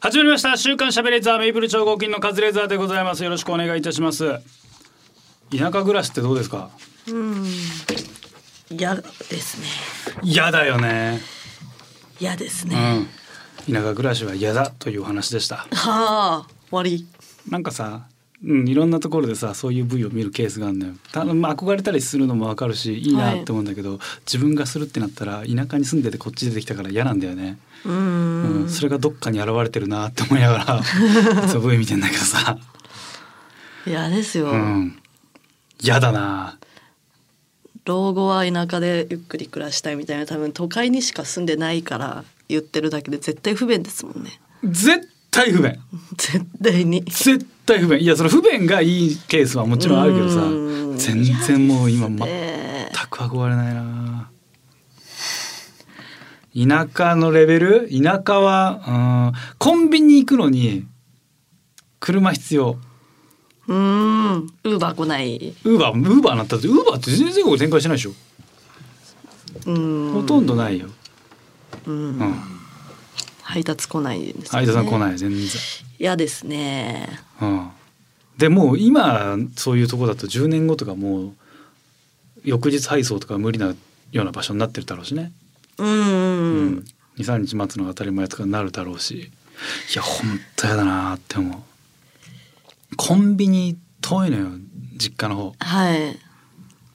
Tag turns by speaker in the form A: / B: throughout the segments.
A: 始まりました週刊しゃべレーザーメイプル超合金のカズレーザーでございますよろしくお願いいたします田舎暮らしってどうですか
B: 嫌ですね
A: 嫌だよね
B: 嫌です
A: う
B: ね、
A: ん田舎暮らしは嫌だというお話でした
B: はあ終わり
A: なんかさうん、いろんなところでさそういう部位を見るケースがあるんだよた、まあ、憧れたりするのもわかるしいいなって思うんだけど、自分がするってなったら田舎に住んでてこっち出てきたから嫌なんだよね、
B: う
A: うんんそれがどっかに現れてるなって思いな がらそう部位見てんだけどさ
B: 嫌ですよ、
A: うん嫌だな
B: 老後は田舎でゆっくり暮らしたいみたいな多分都会にしか住んでないから言ってるだけで絶対不便ですもんね
A: 絶対不便
B: 絶対に
A: 絶対不便いやその不便がいいケースはもちろんあるけどさ
B: うん
A: 全然もう今全
B: え
A: く憧れないな田舎のレベル田舎はうんコンビニ行くのに車必要
B: ー、うんウーバー来ない
A: ウーバーウーバーなったってウーバーって全然全国展開してないでしょ
B: うん
A: ほとんどないよ
B: うん
A: うん
B: 配達来ないですよね
A: 相田さん来ない全然
B: 嫌ですね
A: うんでもう今そういうとこだと10年後とかもう翌日配送とか無理なような場所になってるだろうしね、
B: うん
A: う
B: うん、
A: 23日待つのが当たり前とかになるだろうしいやほんとやだなーって思うコンビニ遠いのよ実家の方
B: はい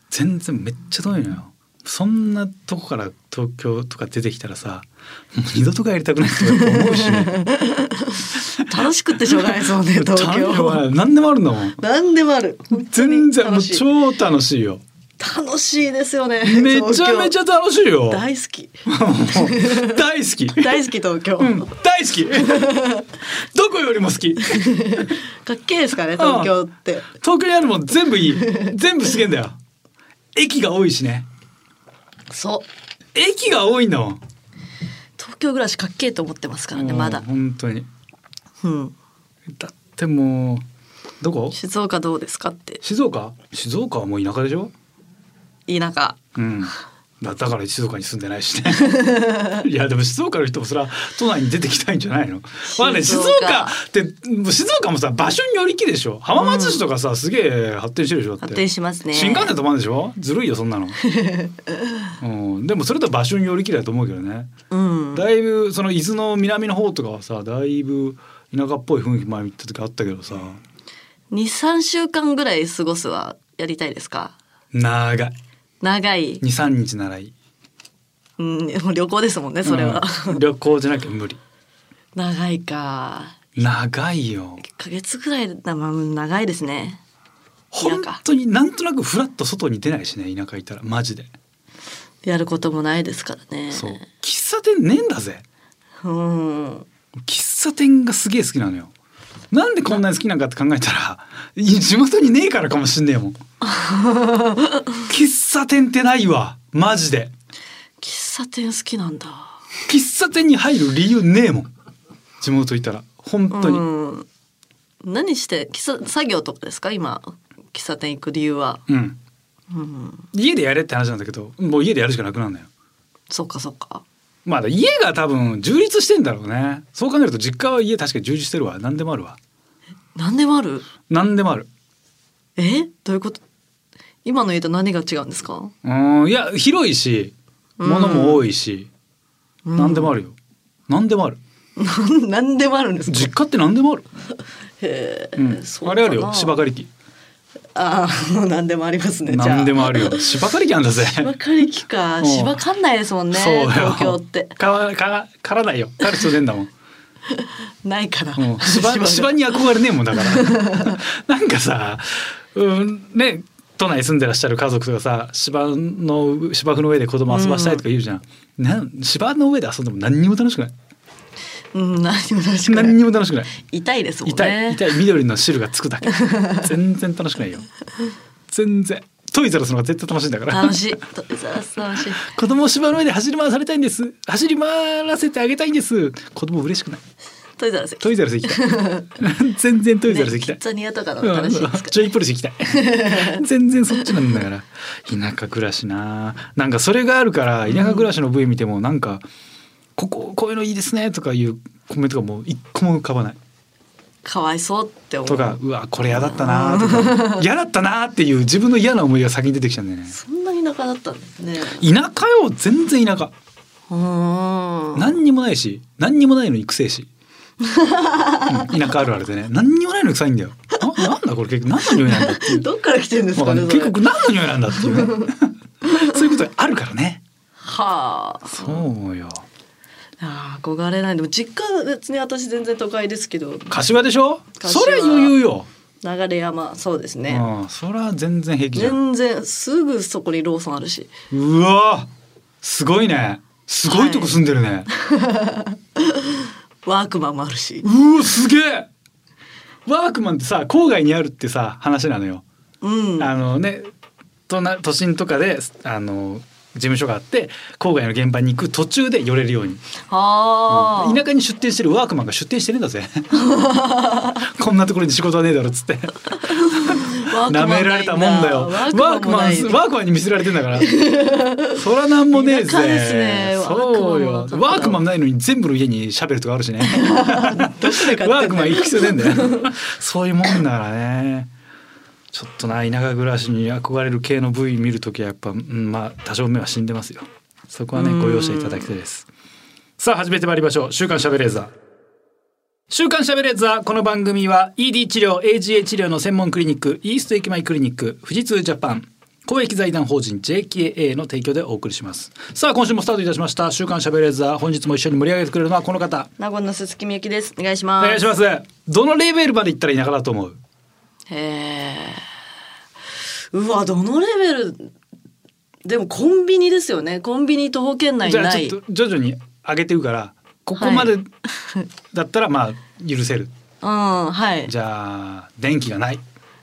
A: 全然めっちゃ遠いのよそんなとこから東京とか出てきたらさもう二度とかやりたくないとかって思うしね
B: 楽しくってしょうがないです もんね 東
A: 楽しい
B: 京
A: わ何でもあるんだもん
B: 何でもある本当
A: 全
B: に
A: 然もう
B: 楽しい
A: 超楽しいよ
B: 楽しいですよね
A: めちゃめち
B: ゃ
A: ゃ楽しいよ。
B: 大好き
A: もう 大好き。
B: 大好き東京、
A: うん、大好き。 どこよりも好き。東
B: かっけえですかね東京って
A: 京にあるもん全部いい。全部すげえんだよ。駅が多いしね。
B: そう
A: 駅が多いんだもん。
B: 東京暮らしかっけえと思ってますからね
A: もう
B: まだ、
A: 本当に。
B: うん、
A: だってもうどこ？
B: 静岡どうですかって
A: 静岡？静岡はもう田舎でしょ？
B: 田舎
A: うん。だだから静岡に住んでない しねいやでも静岡の人もそれは都内に出てきたいんじゃないの静
B: 静岡
A: 岡,、まあね、静岡ってもう静岡もさ場所によりきでしょ浜松市とかさ、すげえ発展してるでしょだって
B: 発展しますね
A: 新幹線止まるでしょずるいよそんな の、うん、でもそれと場所によりきりだと思うけどね
B: うん
A: だいぶその伊豆の南の方とかはさだいぶ田舎っぽい雰囲気前見た時あったけどさ
B: 23週間ぐらい過ごすはやりたいですか
A: 長い
B: 長い、
A: 23日ならいい
B: うん、もう旅行ですもんねそれは、
A: うん旅行じゃなきゃ無理
B: 長いか
A: 長いよ
B: 1ヶ月ぐらいだまあ長いですね
A: 本当になんとなくフラッと外に出ないしね田舎行ったらマジで、
B: やることもないですからね
A: そう喫茶店ねえんだぜ
B: うん
A: 喫茶店がすげえ好きなのよなんでこんなに好きなのかって考えたらいや地元にねえからかもしんねえもん喫茶店ってないわマジで
B: 喫茶店好きなんだ
A: 喫茶店に入る理由ねえもん地元行ったら本当に、
B: うん、何して喫茶作業とかですか今喫茶店行く理由は、
A: うん、
B: うん、
A: 家でやれって話なんだけどもう家でやるしかなくなるのよ
B: そっかそっか
A: まあ家が多分充実してんだろうねそう考えると実家は家確かに充実してるわ何でもあるわ
B: 何でもある
A: 何でもある
B: えどういうこと今の家と何が違うんですか、
A: うんいや広いし
B: うん
A: 物も多いし、
B: うん、
A: 何でもあ
B: る
A: るよ何でもある
B: 何でもあるんですか
A: 実家って何でもある、
B: へえ、
A: うん、
B: そう
A: あ
B: か
A: れ
B: な
A: あるよ芝刈り機
B: ああもう何でもありますねじゃあ
A: 何でもあるよ芝刈り機なん だぜ、
B: 芝刈り機か
A: うん
B: 芝刈んないですもんね
A: そうよ
B: 東京って
A: かか刈らないよ刈る必要ねえんだもん
B: ないから、
A: うん芝
B: が
A: 芝に憧れねえもんだから なんかさ、うん、ね都内住んでらっしゃる家族とかさ芝の芝生の上で子供遊ばしたいとか言うじゃん、なん芝の上で遊んでも何にも楽しくない
B: うん何にも楽しくな
A: 何
B: い
A: にも楽しくない
B: 痛いですもんね
A: 痛い痛い緑の汁がつくだ け全然楽しくないよ全然トイザらスの方が絶対楽しいんだから
B: 楽しいトイザらス楽しい
A: 子供を芝の上で走り回されたいんです走り回らせてあげたいんです子供嬉しくない
B: トイザらス行きた
A: ト
B: い
A: イザらス行きたい 全然トイザらス行きたい、
B: ね、キッザニアとかの
A: う
B: 方が
A: ん
B: 楽しい
A: ジ
B: ですか
A: ョイプルス行きたい全然そっちなんだから田舎暮らしななんかそれがあるから田舎暮らしの部位見てもなんかこここういうのいいですね」とかいうコメントがもう一個も浮かばない
B: かわいそうって思う
A: とか「うわこれ嫌だったな」と か「嫌だったな」っていう自分の嫌な思いが先に出てきちゃうんだよね。
B: そんな田舎だったんですね
A: 田舎よ全然田舎
B: うーん
A: 何にもないし何にもないのに臭いし、うん田舎あるあるでね何にもないのに臭いんだよななんだこれ結局何の匂いなんだっていう
B: どっから来てるんです
A: わ
B: か
A: かんな
B: ね
A: い
B: それ
A: 結局何の匂いなんだっていうね そういうことがあるからね
B: はあ
A: そうよ
B: あー憧れないでも実家は別に私全然都会ですけど
A: 柏でしょ
B: 柏
A: そりゃ余裕よ、
B: 流山そうですね、
A: うん、そりゃ全然平気じゃん
B: 全然すぐそこにローソンあるし
A: うわすごいねすごいとこ住んでるね、
B: ワークマンもあるし
A: うわすげえワークマンってさ郊外にあるってさ話なのよ
B: うん
A: あのね都な都心とかであの事務所があって郊外の現場に行く途中で寄れるように
B: あー
A: 田舎に出店してるワークマンが出店してねえんだぜ こんなところに仕事はねえだろっつって
B: ワークマ
A: な
B: ンな
A: め
B: い
A: られたもんだよワーク
B: も
A: マ
B: な
A: ン
B: い
A: すワークマンに見せられてんだからそらなんもねえぜ
B: 田舎ですね
A: そうよワ
B: ワークマンは
A: ークマンないのに全部の家にシャベルとかあるしねワークマン行く必要ねえんだよそういうもんだからねちょっとな田舎暮らしに憧れる系の V 見るときはやっぱ、うん、まあ多少目は死んでますよそこはね
B: うん
A: ご容赦いただきたいですさあ始めてまいりましょう週刊しゃべれーザー週刊しゃべれーザーこの番組は ED 治療 AGA 治療の専門クリニックイースト駅前クリニック富士通ジャパン公益財団法人 JKA の提供でお送りしますさあ今週もスタートいたしました週刊しゃべれーザー本日も一緒に盛り上げてくれるのはこの方
B: 名古屋の鈴木みゆきですお願いし
A: お
B: ます
A: 願いしますどのレベルまで行ったら田舎だと思う
B: へーうわどのレベルでもコンビニですよねコンビニ徒歩圏内
A: じ
B: に
A: ゃあ
B: ない
A: ちょっと徐々に上げていくからここまで
B: は
A: だったらまあ許せる、
B: うんはい
A: じゃあ電気がない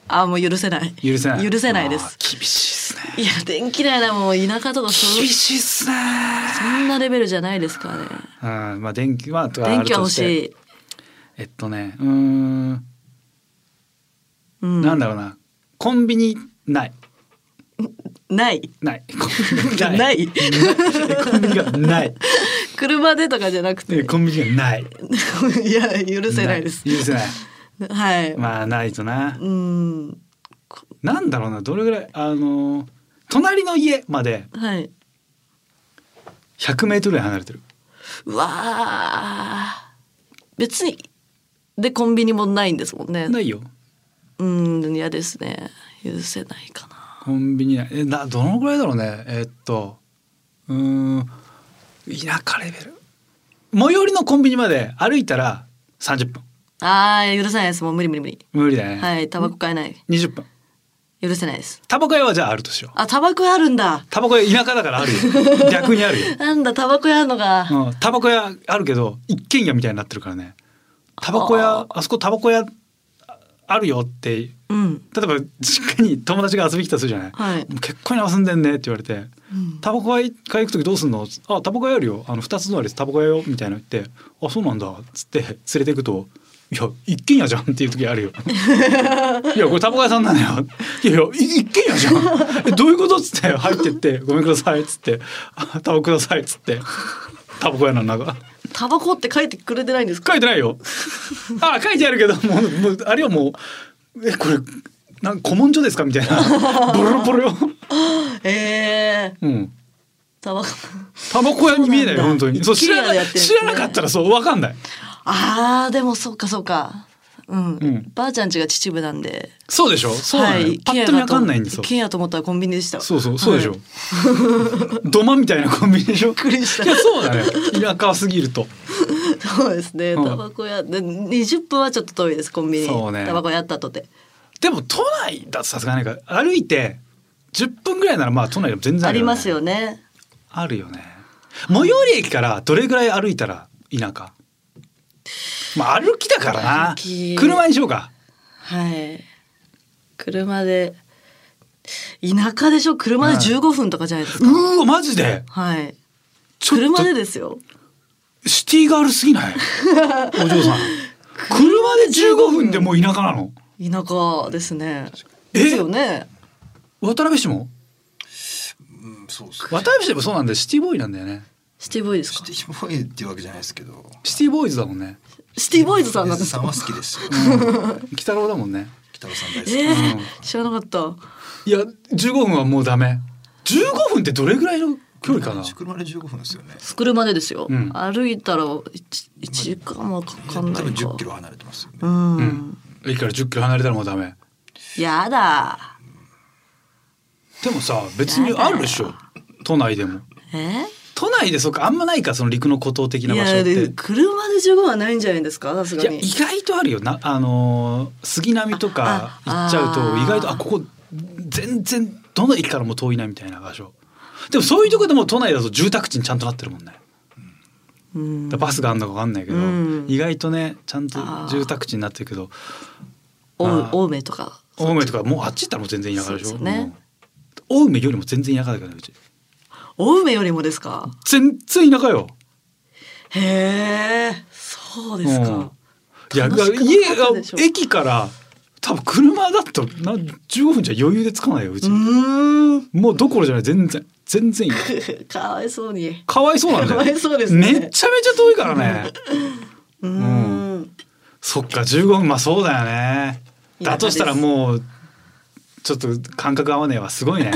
B: あーもう許せない
A: 許せない
B: 許せないで
A: あ
B: す
A: ー厳しいですね
B: いや電気代だもう田舎とかそう
A: 厳しいっすね
B: そんなレベルじゃないですからね
A: うんまあ電気はとかあ
B: 電
A: る
B: 気は
A: と
B: 欲
A: し
B: してい、
A: えっとねうーん
B: うん、
A: なんだろうなコンビニない
B: ない
A: ないコンビニ
B: ない
A: コンビニがない
B: 車でとかじゃなくて
A: ねコンビニがない
B: いや許せないです
A: 許せない
B: はい、
A: まあないとな
B: うん
A: なんだろうなどれぐらいあのー隣の家まで
B: はい
A: 100メートルぐらい離れてる
B: うわあ別にでコンビニもないんですもんね
A: ないよ
B: うん嫌ですね許せないかな
A: コンビニないえなどのぐらいだろうねえっとうーん田舎レベル最寄りのコンビニまで歩いたら30分
B: あー許せないですもう無理無理無理
A: 無理だね、
B: はいタバコ買えない
A: 20分
B: 許せないです
A: タバコ屋はじゃああるとしよう
B: あタバコ屋あるんだ
A: タバコ屋田舎だからあるよ 逆にあるよ、
B: なんだタバコ屋あるのが、
A: うん、タバコ屋あるけど一軒家みたいになってるからねタバコ屋
B: あ
A: あそこタバコ屋ああるよって例
B: うん
A: えば実家に友達が遊びに来たとするじゃない、
B: はい
A: もう結構に遊んでんねって言われて
B: うん
A: タバコ買い買い行く時どうすんの?」あタバコ屋あるよあの2つのあれタバコ屋よ」みたいなの言って「あそうなんだ」っつって連れて行くと「いや一軒家じゃん」っていう時ある よ「いやこれタバコ屋さんなのよ」「いやいやい一軒家じゃん」え「どういうこと?」っつって入ってって「ごめんください」っつってあ「タバコください」っつってタバコ屋の中
B: タバコって書いてくれてないんですか
A: 書いてないよ あ書いてあるけどもうもうあれはもうえこれなん古文書ですかみたい なボロボロよ、
B: えー、
A: うん
B: タバコ
A: タバコ屋に見えないよ
B: そうな
A: 本
B: んだ
A: 当にそう知らな
B: 一軒家でやってるんです
A: 知
B: ね
A: らなかったらそうわかんない
B: あーでもそうかそうかうん、
A: うん
B: ばあちゃん家が秩父なんで
A: そうでしょそうなのよ、
B: はい
A: パッと見わかんないんですよ
B: 一軒家と思ったらコンビニでした
A: そうそうそうでしょ、
B: はい
A: 土間みたいなコンビニでしょ
B: くりした
A: いやそうだね田舎すぎると
B: そうですね。
A: うん
B: タバコ屋で二十分はちょっと遠いです。コンビニ。
A: そうね
B: タバコ屋あったとて。
A: でも都内だとさすがにないから歩いて10分ぐらいならまあ都内でも全然
B: あ
A: ある
B: り
A: よ、ね、
B: ますよね。
A: あるよね最寄り駅からどれぐらい歩いたら田舎まあ歩きだからな
B: 歩き
A: 車にしようか
B: はい。車で田舎でしょ。車で
A: はい
B: 十五分とかじゃないですか。
A: うーわマジで
B: はい。
A: ちょっと
B: 車でですよ。
A: シティガールすぎ ないお嬢さん車で15分でもう田舎なの
B: 田舎ですね。
A: え
B: ですよね。
A: 渡辺氏も
C: うん、そうですね。
A: 渡辺氏でもそうなんだよシティボーイなんだよね
B: シティボーイです
C: シ
B: か
C: ティボーイっていうわけじゃないですけど。
A: シティボーイズだもんね。
B: シティボーイズさんなんです
C: 水さ
B: か
C: んは好きですよ。
A: 鬼太郎だもんね。
C: 北野さん
B: え
C: 大好き。
A: うん
B: ー、知らなかった
A: いや15分はもうダメ。15分ってどれぐらいの距離かな。
C: 車で15分ですよね。
B: 車でですよ、
A: うん
B: 歩いたら 1, 時間もかか
C: 多
B: ん
C: 分
B: ないか
C: 10キロ離れてますよね。
B: うん、
A: うん。駅から10キロ離れたらもうダメ。
B: やだ
A: でもさ別にあるでしょ。都内でも。
B: え
A: 都内でそっかあんまないかその陸の孤島的ない場所
B: や
A: って。
B: で車で15はないんじゃないですかさす
A: い
B: が
A: や
B: に
A: 意外とあるよなあのー杉並とか行っちゃう
B: あ
A: と
B: あ
A: 意外とあここ全然どの駅からも遠いなみたいな場所でもそういうとこでも都内だと住宅地にちゃんとなってるもんね
B: うん
A: だからバスがあんのか分かんないけど、
B: うん
A: 意外とねちゃんと住宅地になってるけど
B: 青梅
A: あー
B: 青梅とか
A: 青梅とかもうあっち行ったらもう全然田舎でしょ
B: そうですね
A: うん青梅よりも全然田舎だからねうち
B: 青梅よりもですか
A: 全然田舎よ
B: へえそうですか、
A: うんいや
B: 楽しくな
A: 家
B: かったでしょ
A: あ駅から多分車だとな15分じゃ余裕でつかないようち、
B: うーん
A: もうどころじゃない全然全然いい
B: かわいそうに
A: かわいそうなんだよ
B: かわいそうですね
A: めっちゃめちゃ遠いからね
B: うーん
A: そっか15分まあそうだよねだとしたらもうちょっと感覚合わねえわす ごいね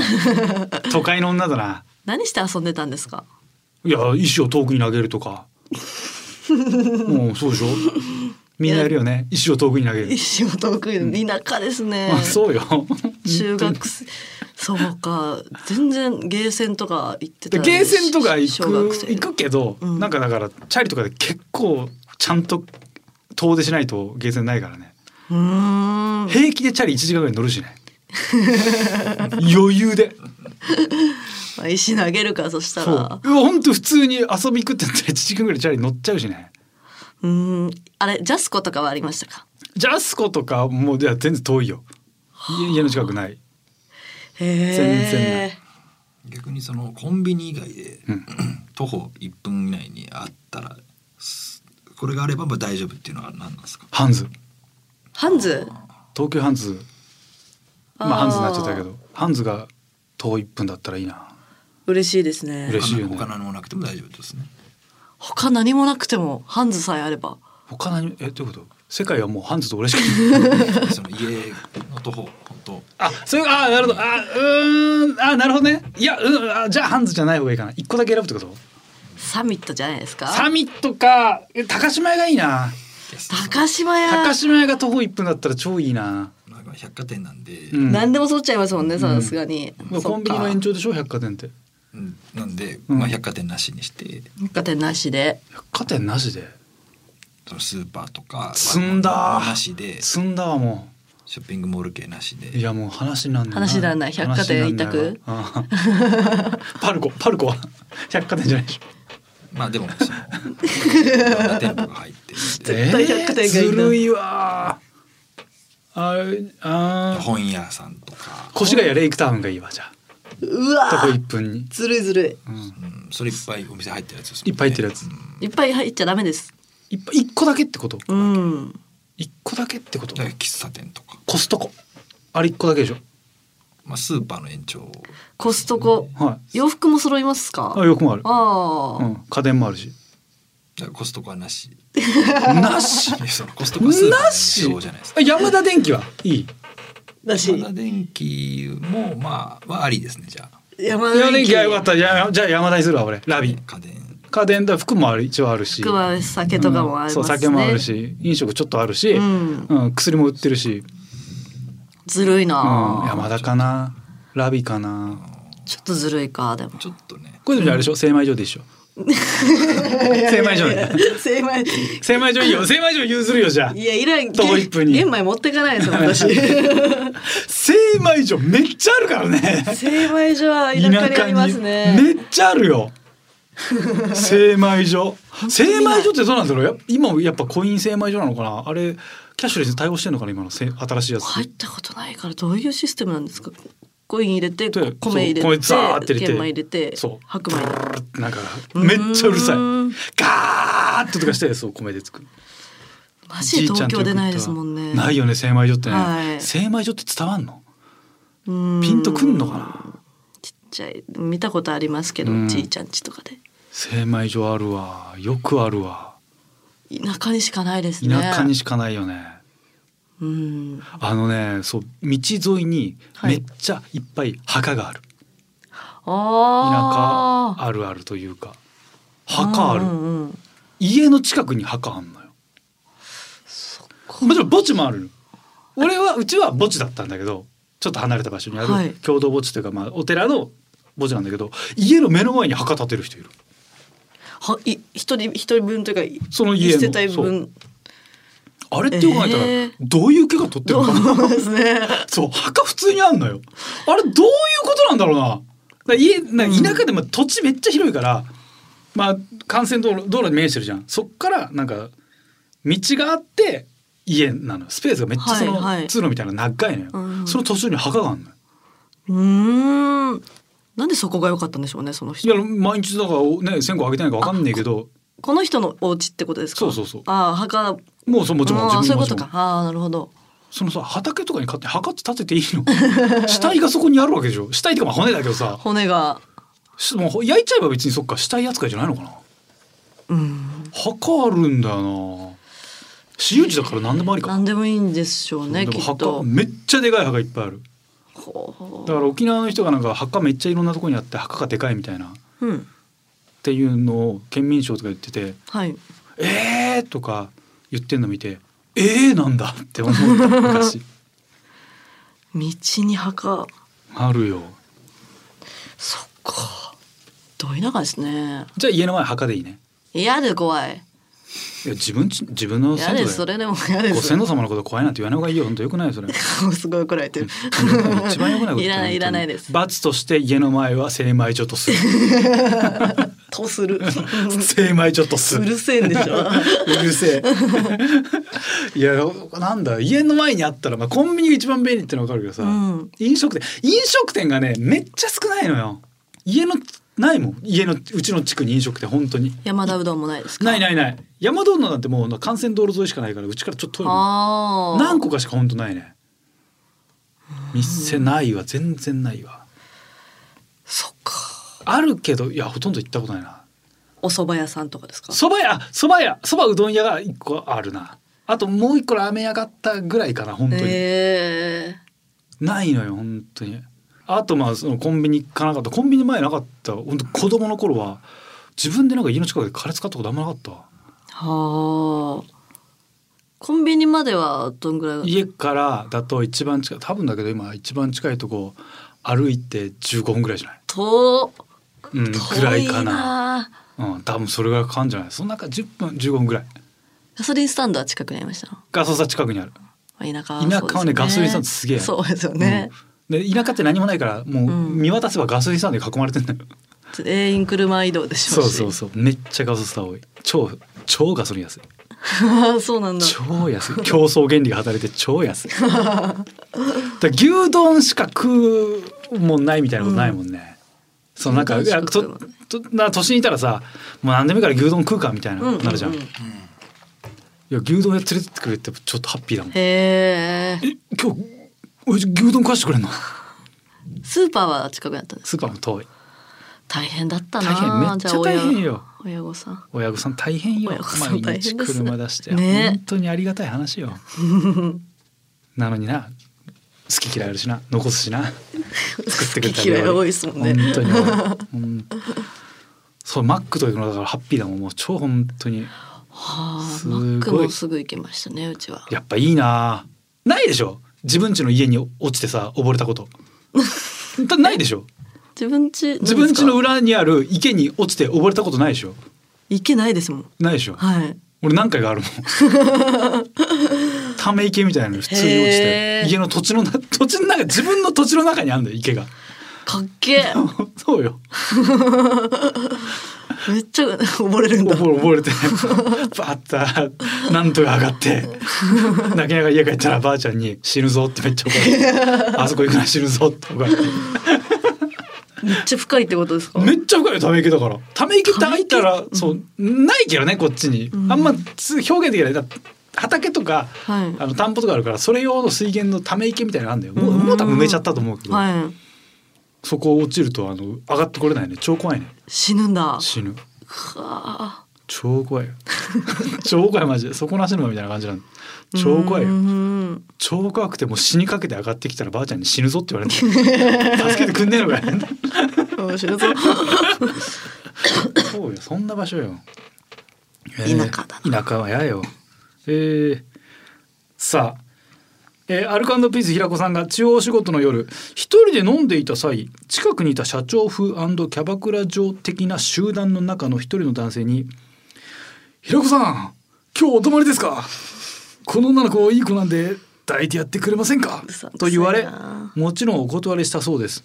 A: 都会の女だな
B: 何して遊んでたんですか
A: いや石を遠くに投げると かもうそうでしょみんなやるよね石を遠くに投げる
B: 一生得意の田舎ですね、
A: あそうよ
B: 中学生そうか全然ゲーセンとか行って
A: で
B: たら
A: ゲーセンとか行
B: 小学
A: く
B: 生
A: 行くけど、
B: うん
A: なんかだからチャリとかで結構ちゃんと遠出しないとゲーセンないからね
B: うーん
A: 平気でチャリ1時間ぐらい乗るし ね余裕で
B: まあ石投げるかそした
A: そう
B: ら
A: うわほんと普通に遊び行くって言ったら1時間ぐらいチャリ乗っちゃうしね
B: うーんあれジャスコとかはありましたか
A: ジャスコとかもういや全然遠いよ家家の近くない
B: へ
A: 然ない
B: え
C: 逆にそのコンビニ以外で、
A: うん
C: 徒歩1分以内にあったらすこれがあればまあ大丈夫っていうのは何なんですか
A: ハンズ
B: ハンズ
A: 東急ハンズまあハ
B: あー
A: ンズになっちゃったけどハンズが遠い1分だったらいいな
B: 嬉しいですね
A: 嬉しいよね
C: 他何もなくても大丈夫ですね
B: 他何もなくてもハンズさえあれば
A: 他何えどういうこと世界はもうハンズと俺しかない
C: その家の徒歩本当
A: あそういうあなるほどあうーんあなるほどねいやうんあじゃあハンズじゃない方がいいかな1個だけ選ぶってこと
B: サミットじゃないですか
A: サミットかえ高島屋がいいな
B: 高島屋
A: 高島屋が徒歩1分だったら超いいな、
C: なんか百貨店なんで、
A: うん
B: 何でもそっちゃいますもんね
A: ん
B: さすがにそっ
A: コンビニの延
B: か
A: 長でしょ百貨店って
C: うんなんで、
A: うん
C: まあ、百貨店なしにして
B: 百貨店なしで
A: 百貨店なしで
C: そのスーパーとか
A: 積んだ
C: なしで
A: 積んだわも
C: ショッピングモール系なし
A: うい
C: で
A: やもう話になんない
B: 話にならない百貨店一択
A: 話になんないわうん パルコパルコは百貨店じゃないでしょ
C: まあでもそのい ろんな店舗が入ってるんで
B: 絶対百貨店がいいな
A: えーずるいわああ
C: 本屋さんとか、
A: 越谷レイクタウンがいいわじゃ
B: う
A: あ徒
B: わ
A: 歩
B: ー
A: 1分に、
B: ずるいずる
A: うん、
C: うん、それいっぱいお店入ってるやつですも
A: い
C: ん
A: っぱい入ってるやつ
C: うん
B: いいっぱい入っちゃダメです
A: いっぱい一個だけってこと
B: うん
A: 一個だけってこと
C: だから喫茶店とか、
A: コストコあれ一個だけでしょ
C: まあ、スーパーの延長
B: コストコ
A: は
B: 洋服も揃います
A: いあ
B: か
A: よくもある
B: あ
A: う
B: あ
A: ん、家電もある し
C: だからコストコは なし
A: なし
C: いやそのコストコはスーパ
A: な
C: ー
A: し
C: の延長じゃないですか
A: 山田電機はいい
B: だし
C: 山田電機もまあはありですねじゃあ
B: 山
A: 山田電機はよかっ
B: 田
A: たじゃあじゃあ山田にするわ俺ラビ
C: 家電
A: 家電だ服もある一応あるし
B: 熊は酒とかもありますね、
A: うんそう酒もあるし飲食ちょっとあるし、
B: うん
A: うん薬も売ってるし、
B: ずるい
A: うん、
B: な、
A: 山田かなラビかな
B: ちょっとずるいかでも
C: ちょっとね
A: これでもあれでしょ精米所で一 緒精米所ね
B: 精米
A: 精米所いいよ精米所譲るよじゃあ
B: いやいらん
A: 徒歩一分に
B: 玄米持ってかないですもん私
A: 精米所めっちゃあるからね
B: 精米所は田舎にあります
A: 田舎
B: ね
A: にめっちゃある よ精米所精米所ってどうなんだろうやっぱ今もやっぱコイン精米所なのかなあれキャッシュレスに対応してんのかな今のせ新しいやつ
B: 入ったことないからどういうシステムなんですかコイン入れて
A: で
B: 米入れて
A: そう米ザーって入れて
B: 玄米入れて
A: そう
B: 白米入れて
A: なんかめっちゃうるさい
B: うん
A: ガーッととかしてそう米で作る
B: マジで東京でないですもんね
A: ないよね精米所ってね、
B: はい
A: 精米所って伝わんの
B: うん
A: ピンとくんのかな
B: ちっちゃい見たことありますけど
A: うん
B: ちいちゃんちとかで
A: 精米所あるわよくあるわ
B: 田舎にしかないですね
A: 田舎にしかないよね
B: うん
A: あのねそう道沿いに
B: は
A: め
B: い
A: っちゃいっぱい墓がある、
B: あ
A: 田舎あるあるというか
B: ー
A: 墓ある、
B: うんうんうん
A: 家の近くに墓あんのよ
B: そっか
A: もちろん墓地もあるの俺はうちは墓地だったんだけどちょっと離れた場所にあ
B: は
A: る
B: い
A: 共同墓地というか、まあ、お寺の墓地なんだけど家の目の前に墓建てる人いる
B: はい一人一人分というか
A: その家
B: 一
A: の
B: 世帯
A: そう
B: 分
A: あれってよく考えたら、
B: えー
A: どういう毛が取ってる
B: ど
A: のかな
B: うですね
A: そう墓普通にあんのよあれどういうことなんだろうなだから家な
B: うん
A: 田舎でも土地めっちゃ広いから、まあ幹線道路道路に面してるじゃんそっからなんか道があって家なのスペースがめっちゃその
B: はいはい
A: 通路みたいな長いのよ、
B: うん
A: その途中に墓があんのよ
B: うーんなんでそこが良かったんでしょうねその
A: い
B: 人
A: や毎日だからね線香あげてないかわかんねえけど
B: この人のお家ってことですか
A: そうそうそう
B: ああ墓
A: もうそうもちろん
B: ああ
A: 自
B: そ
A: 分
B: ういう
A: も
B: こ
A: そ
B: と
A: う
B: かああなるほど
A: そのさ畑とかに勝手に墓って建てていいの 死体がそこにあるわけでしょ死体っていうかまあ骨だけどさ
B: 骨が
A: しもう焼いちゃえば別にそっか死体扱いじゃないのかな
B: うん
A: 墓あるんだよな私有地だから何でもありか、
B: 何でもいいんでしょうね
A: で
B: き
A: も
B: っ
A: 墓
B: と
A: めっちゃでかい墓いっぱいある
B: ほ
A: だから沖縄の人がなんか墓めっちゃいろんなとこにあって墓がでかいみたいなっ
B: ううん
A: ていうのを県民省とか言ってて
B: はい
A: 「えー!」とか言ってんの見て「えー!」なんだって思った昔
B: 道に墓
A: あるよ
B: そっかどういながですね
A: じゃあ家の前墓でいいね
B: 嫌で怖い
A: いや自分ち自分の
B: 嫌
A: 先
B: です
A: 祖
B: そ
A: だよ
B: れでも嫌で
A: ご
B: す
A: 先祖様のこと怖いなんて言わない方がいいよ本当よくないよそれ
B: すごい怒られてる
A: 一番良くないことだよ
B: いらな
A: 本当
B: い
A: に
B: いらないです
A: 罰として家の前は精米所と する
B: とす る
A: 精米所とす
B: う
A: る
B: るせえんでしょ
A: うる せえいやなんだ家の前にあったら、まあ、コンビニが一番便利ってのは分かるけどさ、
B: うん
A: 飲食店飲食店がねめっちゃ少ないのよ家のないもん家のうちの地区に飲食店本当に
B: 山田うどんもないですか
A: ない
B: い
A: ないない山道路なんてもう幹線道路沿いしかないからうちからちょっと遠いもん
B: ああ
A: 何個かしか本当ないね店ないわ全然ないわ
B: そっか
A: あるけどいやほとんど行ったことないな
B: お蕎麦屋さんとかですか
A: そば屋そば屋そばうどん屋が一個あるなあともう一個ラーメン屋があったぐらいかな本当に、
B: え
A: ないのよ本当にあとまあそのコンビニ行かなかったコンビニ前なかった本当子供の頃は自分でなんか家の近くでカレー使ったことあんまなかったわ
B: ー、はあコンビニまではどんぐらいだ
A: 家からだと一番近い多分だけど今一番近いとこ歩いて15分ぐらいじゃない、
B: 遠
A: うん、ぐらいか
B: 遠い
A: な
B: な
A: うん、多分それぐらいかかんじゃないその中10分15分ぐらい
B: ガソリンスタンドは近くにありましたま
A: ガソスタ近くにある
B: あ田舎は
A: 田舎はねガソリンスタンドすげえある
B: そうですよね、
A: うんで田舎って何もないからもう
B: うん
A: 見渡せばガソリンスタンドに囲まれてんだよ、
B: 全員車移動でし
A: そ
B: ょ
A: う
B: し
A: そうそうめっちゃガソスタ多い超超ガソリン安い
B: そうなんだ
A: 超安い競争原理が働いて超 安いだから牛丼しか食うもんないみたいなことないもんね、そのなんかい
B: 牛
A: や
B: 丼しか食う
A: ととな都心にいたらさもう何でもいいから牛丼食うかみたいな
B: うんうんうん
A: なるじゃん,、いや牛丼屋連れてってくれってちょっとハッピーだもんえ
B: へえ
A: 今日おやじ牛丼食わしてくれんの
B: スーパーは近くにあったんです
A: スーパーも遠い
B: 大変だった
A: 大
B: な
A: 変めっちゃ大変
B: じゃ
A: よ
B: あ親親御さん
A: 親御さん大変よ
B: 親御さん
A: 毎
B: 大
A: 日
B: 変です
A: 車出して、
B: ね
A: 本当にありがたい話 よなのにな好き嫌いあるしな残すしな作ってくれた
B: 好き嫌い多いですもんね
A: 本 当に多いうんそうマックというのはだからハッピーだもんもう超本当に
B: は
A: す
B: あ
A: ご
B: マ
A: い
B: ックもすぐ行きましたねうちは
A: やっぱいいなないでしょ自分家の家に落ちてさ溺れたこと だないでしょ
B: 自分ち
A: 自分家の
B: 裏
A: 裏にある池に落ちて溺れたことないでしょ
B: 行けないですもん
A: ないでしょ
B: はい
A: 俺何回かあるもん ため池みたいなのに普通に落ち
B: へ
A: て
B: ー
A: 家の土地のな土地の中自分の土地の中にあんだよ池が
B: かっけえ
A: そうよ
B: めっちゃ 溺れるんだ
A: 溺れ溺れてバッタなんとか上がって泣きながら家帰ったらばあちゃんに「死ぬぞ」ってめっちゃ怒 られて「あそこ行くな死ぬぞ」って怒られて
B: めっちゃ深いってことですか
A: めっちゃ深いよため池だからため池って入ったらそうないけどねこっちに、
B: うん
A: あんまつ表現できないだ畑とか
B: はい
A: あの田んぼとかあるからそれ用の水源のため池みたいなのあるんだよもう
B: うん
A: もう多分埋めちゃったと思うけど、
B: はい
A: そこ落ちるとあの上がってこれないね超怖いね
B: 死ぬんだ
A: 死ぬ
B: はあ
A: 超怖い よ超怖いマジで底なし沼みたいな感じなの超怖いよ
B: うん
A: 超怖くてもう死にかけて上がってきたらばあちゃんに死ぬぞって言われて助けてくんねえのかよ
B: 面白 そう
A: そうよそんな場所よ、
B: 田舎だ
A: な田舎はやよえーさあえーアルカンドピース平子さんが中央仕事の夜一人で飲んでいた際近くにいた社長風キャバクラ嬢的な集団の中の一人の男性に「平子さん今日お泊まりですかこの女の子いい子なんで抱いてやってくれませんか?
B: うさん」くさいな
A: と言われもちろんお断りしたそうです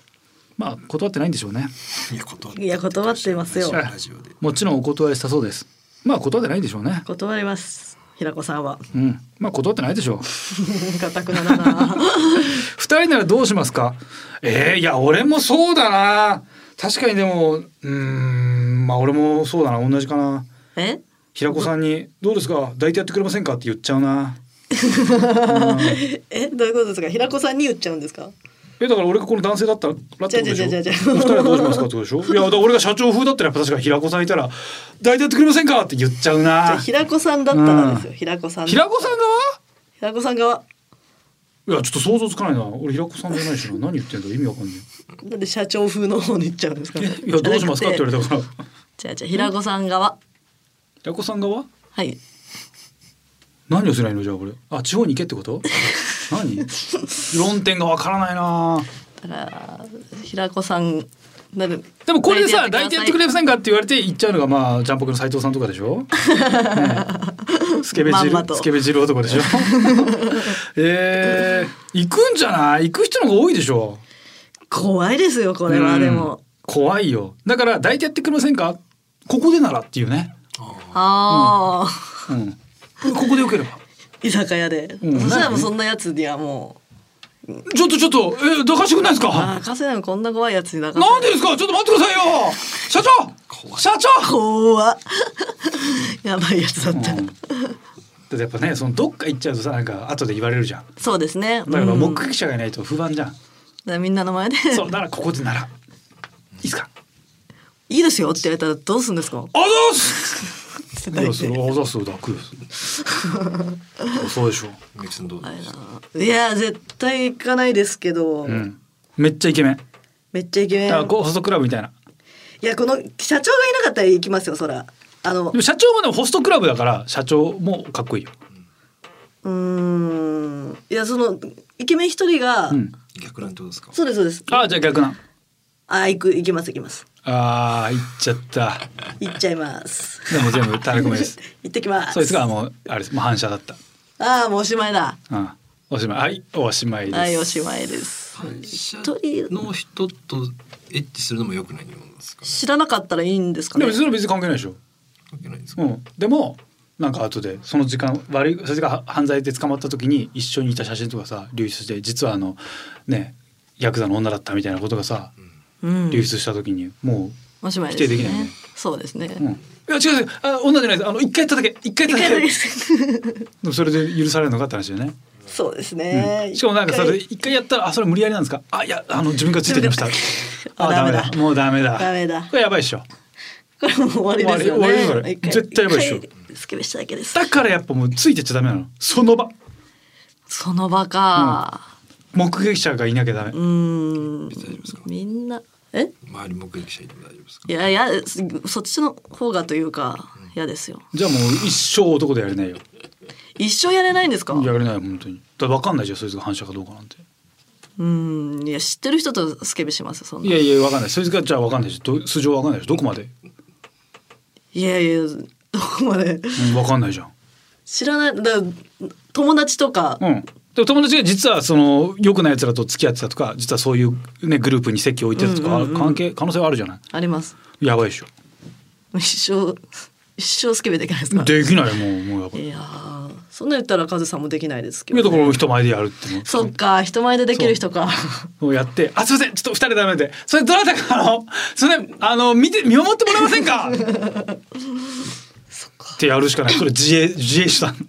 A: まあ断ってないんでしょうね
C: いや断って
B: いや断ってますよ
C: ラジオで
A: もちろんお断りしたそうですまあ断ってないんでしょうね
B: 断ります平子さん は
A: うんまあ断ってないでしょう
B: かたくなだな
A: 二人ならどうしますかえー、いや俺もそうだな確かにでもうーんまあ俺もそうだな同じかな
B: え
A: 平子さんに「どうですか抱いてやってくれませんか?」って言っちゃうな
B: えどういうことですか平子さんに言っちゃうんですか
A: えだから俺がこの男性だったらってことでし
B: じ
A: ょ
B: ゃあじゃあじゃあじゃあ
A: お二人はどうしますかってことでし ょいやだから俺が社長風だったらやっぱ確かに平子さんいたら「抱いてやってくれませんか?」って言っちゃう
B: じゃあ
A: な
B: 平子さんだったらですよ平子さん
A: 平子さん側
B: 平子さん側
A: いやちょっと想像つかないな俺平子さんじゃないしな何言ってんだ意味わかんない
B: なんで社長風の方に行っちゃうんですか
A: えいやどうしますかって言わ
B: れ
A: れたから
B: じゃあじゃあ平子さん側
A: 平子さん側
B: はい
A: 何をすりゃいいのじゃあこれあ地方に行けってこと何論点がわからないな
B: だから平子さんなんで
A: でもこれでさ
B: 抱
A: 抱
B: い
A: い
B: て
A: て
B: や
A: や
B: っ
A: ってて
B: く
A: く
B: れ
A: れませんかって言われて行っちゃうのがまあジャンポケの斉藤さんとかでし ょ、ねえスケベ
B: まん
A: 汁
B: まと
A: スケベ汁男 でしょえー、行くんじゃない行く人の方が多いでしょ
B: 怖いですよこれは
A: うん
B: でも、
A: 怖いよだから抱いてやってくれませんかここでならっていうね、
C: あ
B: ああ、
A: うん、ここでよければ
B: 居酒屋で、
A: うん
B: そしたらもうそんなやつにはもう
A: ちょっとちょっと、えー、抱かしてくんないですか
B: ああ加瀬さんこんな怖いやつにだか
A: なんでですかちょっと待ってくださいよ社長
C: 怖い
A: 社長
B: 怖っやばいやつだった、
A: うんだってやっぱねそのどっか行っちゃうとさなんか後で言われるじゃん
B: そうですね
A: だから
B: うん
A: 目撃者がいないと不安じゃん、
B: だからみんなの前で
A: そうだからここでならいいですか
B: 「いいですよ」って言われたらどうするんですか
A: あざーすい
B: って抱
A: や
B: い
A: そ
B: て
A: れあざーすだくよそうでしょ、
C: ミキさんどうですか
B: いや絶対行かないですけど、
A: うん、めっちゃイケメン
B: めっちゃイケメ
A: だから
B: ン
A: こうホストクラブみたいない
B: やこの社長がいなかったら行きますよそらあの
A: でも社長もでもホストクラブだから社長もかっこいいよ、
B: うーんいやそのイケメン一人が、
A: うん、
C: 逆なんてことですか
B: そうですそうです
A: ああじゃあ逆な
B: あ行く行きます行きます
A: あー行っちゃった
B: 行っちゃいます
A: でも全部タレコミです
B: 行ってきます
A: そいつがもうあれですもう反射だった
B: ああもうおしまいだ
A: うん、おしまい。はい、おしまいです。
B: はいおしまいです
C: 会社
B: 人
C: の人とエッチするのも良くないものですかね
B: 知らなかったらいいんですか
A: で
B: ね
A: も、それは別に関係ないでしょ
C: 関係ないんですか、
A: うん、でも、なんか後で、その時間、悪い、それが犯罪で捕まった時に、一緒にいた写真とかさ、流出して、実はあの。ね、ヤクザの女だったみたいなことがさ、
B: うん
A: 流出した時に、も
B: おしまい
A: 否定できないよね
B: そうですね、
A: う。うん、いや、違う違う、あ、女じゃないです。あの、一回叩け、一回
B: 一
A: 叩
B: 回
A: け。
B: だけ
A: で
B: です
A: もそれで許されるのかって話だよね。
B: そうです
A: う
B: ね、
A: ん、しかも、なんか、それ、
B: 一
A: 一回やったら、あ、それ無理やりなんですか。あ、いや、あの、自分からついてきました。あ、ダメ
B: ダメ
A: だ。
B: だ
A: もうダメだ。
B: ダメだ
A: これやばいでしょ。
B: 回これもう終わりですよ
A: 終
B: ね
A: わり終わり
B: 一回
A: 絶対やばいでしょ
B: 一回スケベしただけです
A: だからやっぱもうついてっちゃダメなのその場
B: その場か
A: 目撃者がいなきゃダメ、
B: うーん
C: 大丈夫ですか
B: みんなえ
C: 周り目撃者いても大丈夫ですか
B: いやいやすそっちの方がというか嫌ですよ
A: じゃあもう一生男でやれないよ
B: 一生やれないんですか
A: やれないよ本当にだから分かんないじゃんそいつが反射かどうかなんて
B: うんいや知ってる人とスケベしますよそんない
A: やいや分かんないそいつがじゃあ分かんないしど素性分かんないしどこまで、
B: いやいやどこまで
A: うん、分かんないじゃん
B: 知らないだ友達とか、
A: うんでも友達が実はその良くない奴らと付き合ってたとか実はそういう、ね、グループに席を置いてたとか、
B: うんうんうん
A: 関係可能性はあるじゃない
B: あります
A: やばいでしょ
B: 一生一生スケベできないですか
A: できないよもうもうやばい
B: いやーそんなん言ったらカズさんもできないですけ
A: いやだ
B: ど、
A: か
B: ね、
A: ら人前でやるってもう
B: そっか人前でできる人か
A: をやって、あ、すみません、ちょっと二人ダメで、それどなたか、あの、すみません、あの、見て、見守ってもらえませんか。ってやるしかない、それ自衛、自衛手段。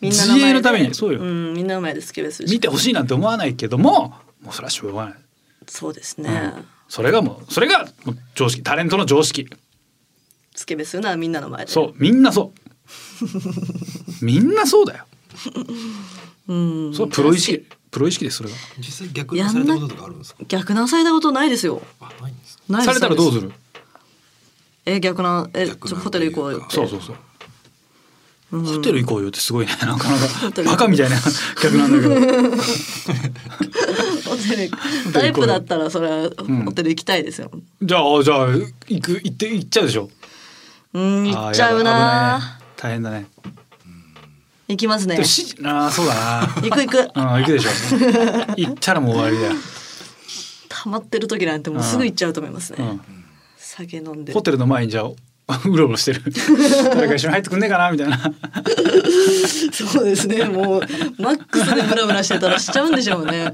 B: みんな前で
A: 自衛のためにそうよ
B: ん、みんなの前でスケベするし
A: 見てほしいなんて思わないけども、もうそれはしょうがない。
B: そうですね、
A: それがもう、それが、もう常識、タレントの常識。
B: スケベするならみんなの前で
A: そうみんなそうみんなそうだよ
B: う、うん、
A: それはプロ意識プロ意識ですそれが
C: 実際逆にされたこととかあるんですか。
B: 逆なされたことないですよ
C: あ、ないんですか。
B: ないです
A: されたらどうす
B: ない
A: る
B: ですえ逆なえ
C: 逆
B: ちょ
C: な
B: ホテル行こうよって
A: そうそうそう
B: うん
A: ホテル行こうよってすごいね なかな
B: ホテ
A: か
B: ル
A: バカみたいな 客なんだけ ど
B: ホテルタイプだったらそれは
A: ん
B: ホテル行きたいですよ
A: じゃあじゃあ行く行って行っちゃうでしょ
B: うん行っちゃ
A: あー
B: う
A: やだ危
B: な
A: ないね大変だね
B: 行きますね
A: でもしあーそうだ
B: 行く行く
A: なうん行くでしょ行ったらもう終わりだよ、
B: 溜まってる時なんてもうすぐ行っちゃうと思いますね、
A: う
B: 酒飲ん
A: ん、
B: で
A: ホテルの前にじゃあ うろうろして る誰か一緒に入ってくんねえかなみたいな
B: そうですねもうマックスでブラブラしてたらしちゃうんでしょうね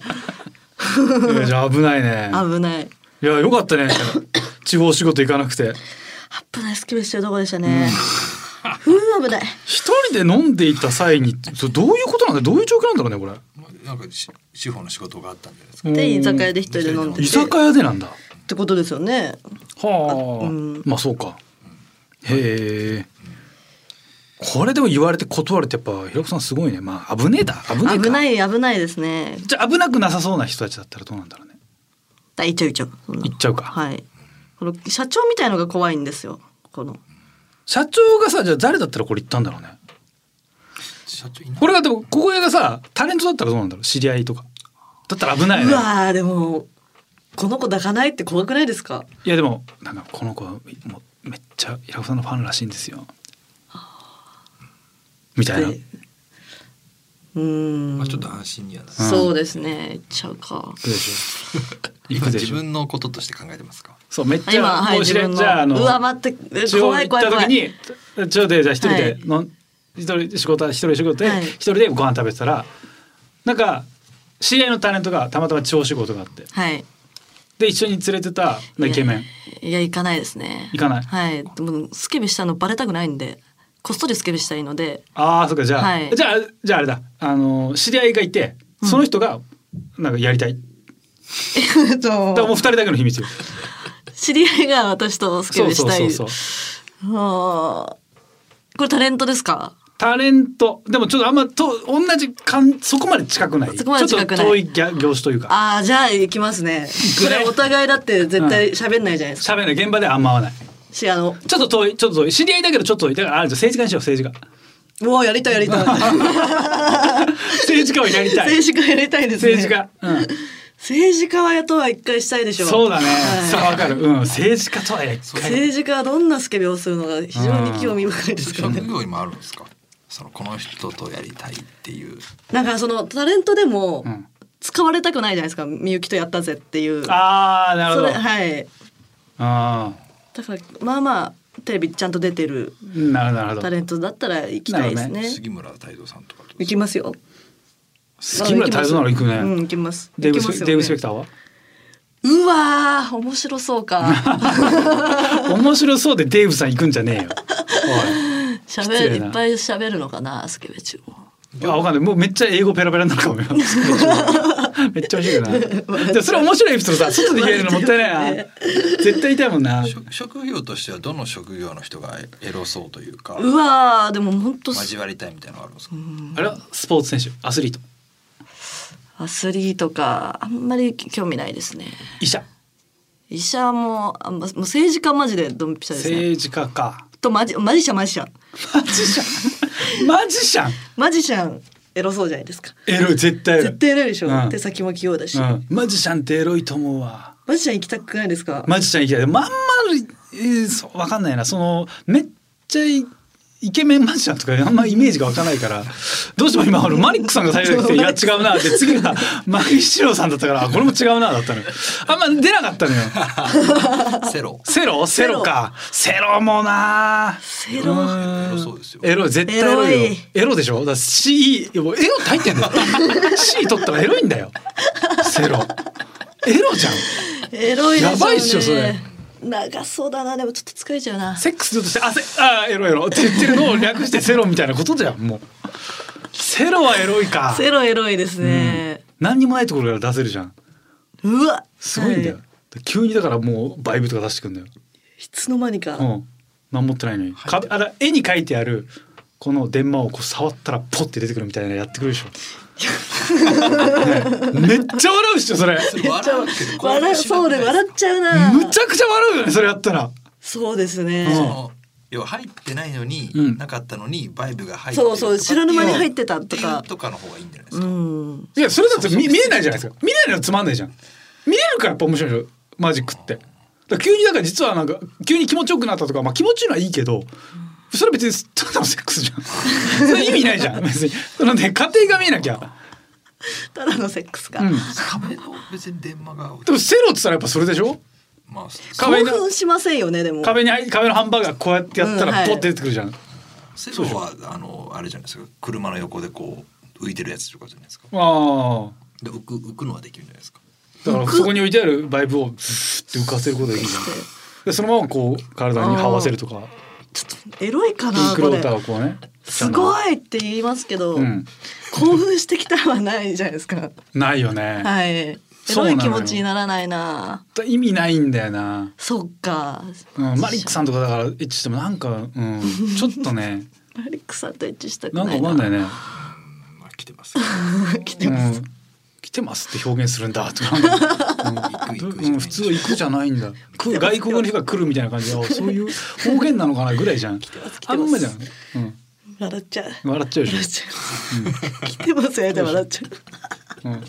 A: いやじゃあ危ないね
B: 危ない
A: いやよかったね地方仕事行かなくて
B: 危ないスキルしてるとこでしたね、うー危ない
A: 一人で飲んでいた際にそれどういうことなんだどういう状況なんだろうねこれ
C: まあなんかし司法の仕事があったんじゃないですか。
A: う
B: で
A: ん
B: 居酒屋で一人で飲んでて
A: 居酒屋でなんだ
B: ってことですよね
A: はあ、
B: あうん
A: まあそうかへえこれでも言われて断るってやっぱひろこさんすごいねまあ危ねえだ危ねえか
B: 危ない危ないですね
A: じゃあ危なくなさそうな人たちだったらどうなんだろうね
B: だいっちゃういっちゃうそんな
A: 行っちゃうか、
B: はいこの社長みたいのが怖いんですよこの
A: 社長がさじゃあ誰だったらこれ行ったんだろうね
C: 社長いない。
A: これがでもここがさタレントだったらどうなんだろう知り合いとかだったら危ないよ
B: う
A: ね
B: わーでもこの子抱かないって怖くないですか
A: いやでもなんかこの子はもうめっちゃ平子さんのファンらしいんですよみたいな
B: でうーん
C: まあちょっと安心にはなる。
B: そうですね行っちゃうか
A: 行くでしょ行
C: 今
A: くで
C: 自
A: しょ
C: 分のこととして考えてますか。
A: そうめっちゃ
B: 今は
A: も
B: い
A: う
B: 自
A: 知れ
B: 分の
A: じゃああの
B: うわ待ってえ
A: 地方
B: 怖
A: 行
B: い
A: っ
B: 怖い
A: た
B: 怖
A: 時
B: い
A: にちょでじゃあ一人
B: は
A: で
B: い
A: のん一人で仕事は一人で仕事で
B: はい
A: 一人でご飯食べてたらなんか知り合いのタレントがたまたま地方仕事があって
B: はい
A: で一緒に連れてたイケメン
B: いや行かないですね
A: 行かない
B: はいでもスケベしたのバレたくないんでこっそりスケベしたい ので
A: ああそっかじゃあ、
B: はい
A: じゃあじゃああれだあの知り合いがいてその人がなんかやりたい、
B: えっ
A: だ
B: と
A: からもう二人だけの秘密よ
B: 知り合いが私とスケ
A: そう
B: ベし
A: そう
B: たい
A: そうそう
B: あーこれタレントですか
A: タレントでもちょっとあんまと同じかんそこまで近くない
B: そこまで近くない
A: ちょっと遠いぎゃ業種というか
B: ああじゃあ行きますね
A: くね
B: これお互いだって絶対喋んないじゃないですか、
A: 喋んない現場ではあんま合わない
B: しあの
A: ちょっと遠いちょっと遠い知り合いだけどちょっと遠いだからあれじゃ政治家にしよう政治家
B: うわやりたいや りたい
A: 政治家をやりたい
B: 政治家やりたいですね
A: 政治家、うん、
B: 政治家はとは一回したいでしょ
A: そうだね、
B: はい
A: そうわかる、うん、政治家とは一回
B: 政治家はどんなスケベをするのか非常に興味深いですけどね
C: 職業にもあるんですか。そのこの人とやりたいっていう。
B: なんかそのタレントでも
A: うん
B: 使われたくないじゃないですかみゆきとやったぜっていう
A: ああなるほ
B: そ
A: ど
B: れはい
A: あ
B: だからまあまあテレビちゃんと出てる
A: ーなるほどなるほ
B: タ
A: ど
B: レントだったら行きたいですね
C: 杉村太蔵さんとかどうで
B: 行
C: す
B: きますよ
A: 杉村太蔵なら行くね、
B: うん行きます
A: デーブ
B: 行き
A: ス
B: ま
A: ペ
B: すよね
A: デーブスペクターは
B: うわー面白そ うか
A: 面白そうでデーブさん行くんじゃねえよ。
B: 喋
A: 失
B: る
A: 礼
B: い
A: な
B: っぱい喋るのかなスケベ中も
A: おい。あ、わかんない。もうめっちゃ英語ペラペラになる かもよ。めっちゃ面白いな。でもそれ面白いエピソードさ、外で言えるのもったいないな。絶対痛いもんな。
C: か。職業としてはどの職業の人がエロそうというか
B: うわーでも本当
C: 交わりたいみたいなのがあるんですか。
A: あれはスポーツ選手、アスリート、
B: アスリートかあんまり興味ないですね
A: 医者、
B: 医者もあんまもう政治家マジでドンピシャですね
A: 政治家か。
B: とマジマジシャンマジシャン
A: マジシャン。マジシャン。
B: マジシャンエロそうじゃないですか
A: エロい、絶対エロい
B: 絶。対エロいでしょ、
A: うん
B: 手先も器用だし、
A: うん、マジシャンってエロいと思うわ。
B: マジシャン行きたくないですか、
A: マジシャン行きたい。まんまる、えーそう、わかんないな。その、めっちゃイイケメンマジシャンとかあんまイメージがわかないから、どうしても今、俺マリックさんが最初に来て、いや、違うな。で、次が、マギシロさんだったから、あこれも違うな、だったのよ。あんま出なかったのよ。
C: セロ。
A: セロセロか。セロもな
B: セロ
A: う
C: エ
A: ん
C: ロそうですよ
A: エロい、絶対エロ
B: エ
A: い
B: ロ
A: よ
B: い。
A: エロでしょだから C、いやもうエロって入ってんだよ。C 取ったらエロいんだよ。セロ。エロじゃん。
B: エロいでしょうね
A: やばいっしょそれ
B: 長そうだなでもちょっと疲れちゃうな
A: セックスずっとして「あせあーエロエロ」って言ってるのを略してセロみたいなことじゃんもうセロはエロいか
B: セロエロいですね、
A: 何にもないところから出せるじゃん
B: うわ
A: すごいんだよ、
B: は
A: 急にだからもうバイブとか出してくんだよ、
B: い、いつの間にか、
A: うん、何も持ってないのに、
C: はい
A: かあら絵に描いてあるこの電話をこう触ったらポッて出てくるみたいなのやってくるで しょ、ねえめっちゃ笑うっしょそれむち
C: 笑うけど興
B: 笑
C: 奮
B: う
C: しな
B: そう
C: くな
B: で
C: い
B: 笑っちゃうな
A: ゃくちゃ笑うよねそれやったら
B: そうですね、
A: うん
C: その要は入ってないのに、
A: うん
C: なかったのにバイブが入って
B: そうそう知らぬ間に入っててたと
C: とか
B: か
C: とかの方がいいんじゃない
B: う
C: ですか、
B: ん
A: いやそれだと見見えないじゃないですか見れないのつまんないじゃん見れるからやっぱ面白いでしょマジックってだから急にだから実はなんか急に気持ちよくなったとか、まあ、気持ちいいのはいいけどそれ別にただのセックスじゃん それ意味ないじゃん別にそのね家庭が見えなきゃ、
B: ただのセックスが、
A: うん、
C: 壁の別に電話が
A: でもセロって言ったらやっぱそれでしょ
C: まあ
A: 壁
B: 興
A: の
B: 奮しませんよねでも
A: 壁に壁のハンバーガーこうやってやった
B: うんは
A: ら
B: い
A: ポッて出てくるじゃん、
C: セロはあのあれじゃないですか車の横でこう浮いてるやつとかじゃないですか
A: ああ
C: で浮く浮くのはできるんじゃないですか
A: だからそこに置いてあるバイブをずーって浮かせることができるじゃんでそのままこう体に這わせるとか
B: ちょっとエロいか
A: ピン
B: な
A: クロ
B: こ
A: ーター
B: れ
A: をこうね
B: すご
A: い、
B: いって言いますけど、
A: うん、
B: 興奮してきたはないじゃないですか
A: ないよね、
B: はいエ
A: そう
B: ロ
A: なのよ
B: い気持ちにならないな
A: 意味ないんだよな、
B: そっか、
A: うん、マリックさんとかだからエッチしてもなんか、 うん、ちょっとね
B: マリックさんとエッチしたくな
A: ないんか思
B: な
A: うんだよね、
C: まあ来てますけ ど
B: 来て
A: う
B: ます、
A: ん、来てますって表現するんだとかなんか
C: 行く行くじゃない
A: うん、普通は行くじゃない んだく外国の人が来るみたいな感じであそういう方言なのかなぐらいじゃん
B: ます来て
A: あ
B: ます
A: んまじゃん、
B: 笑っちゃう
A: うん、笑っちゃうで
B: 笑っ
A: し
B: ちゃう、 来てますよねで笑っちゃう
A: ょ、うん、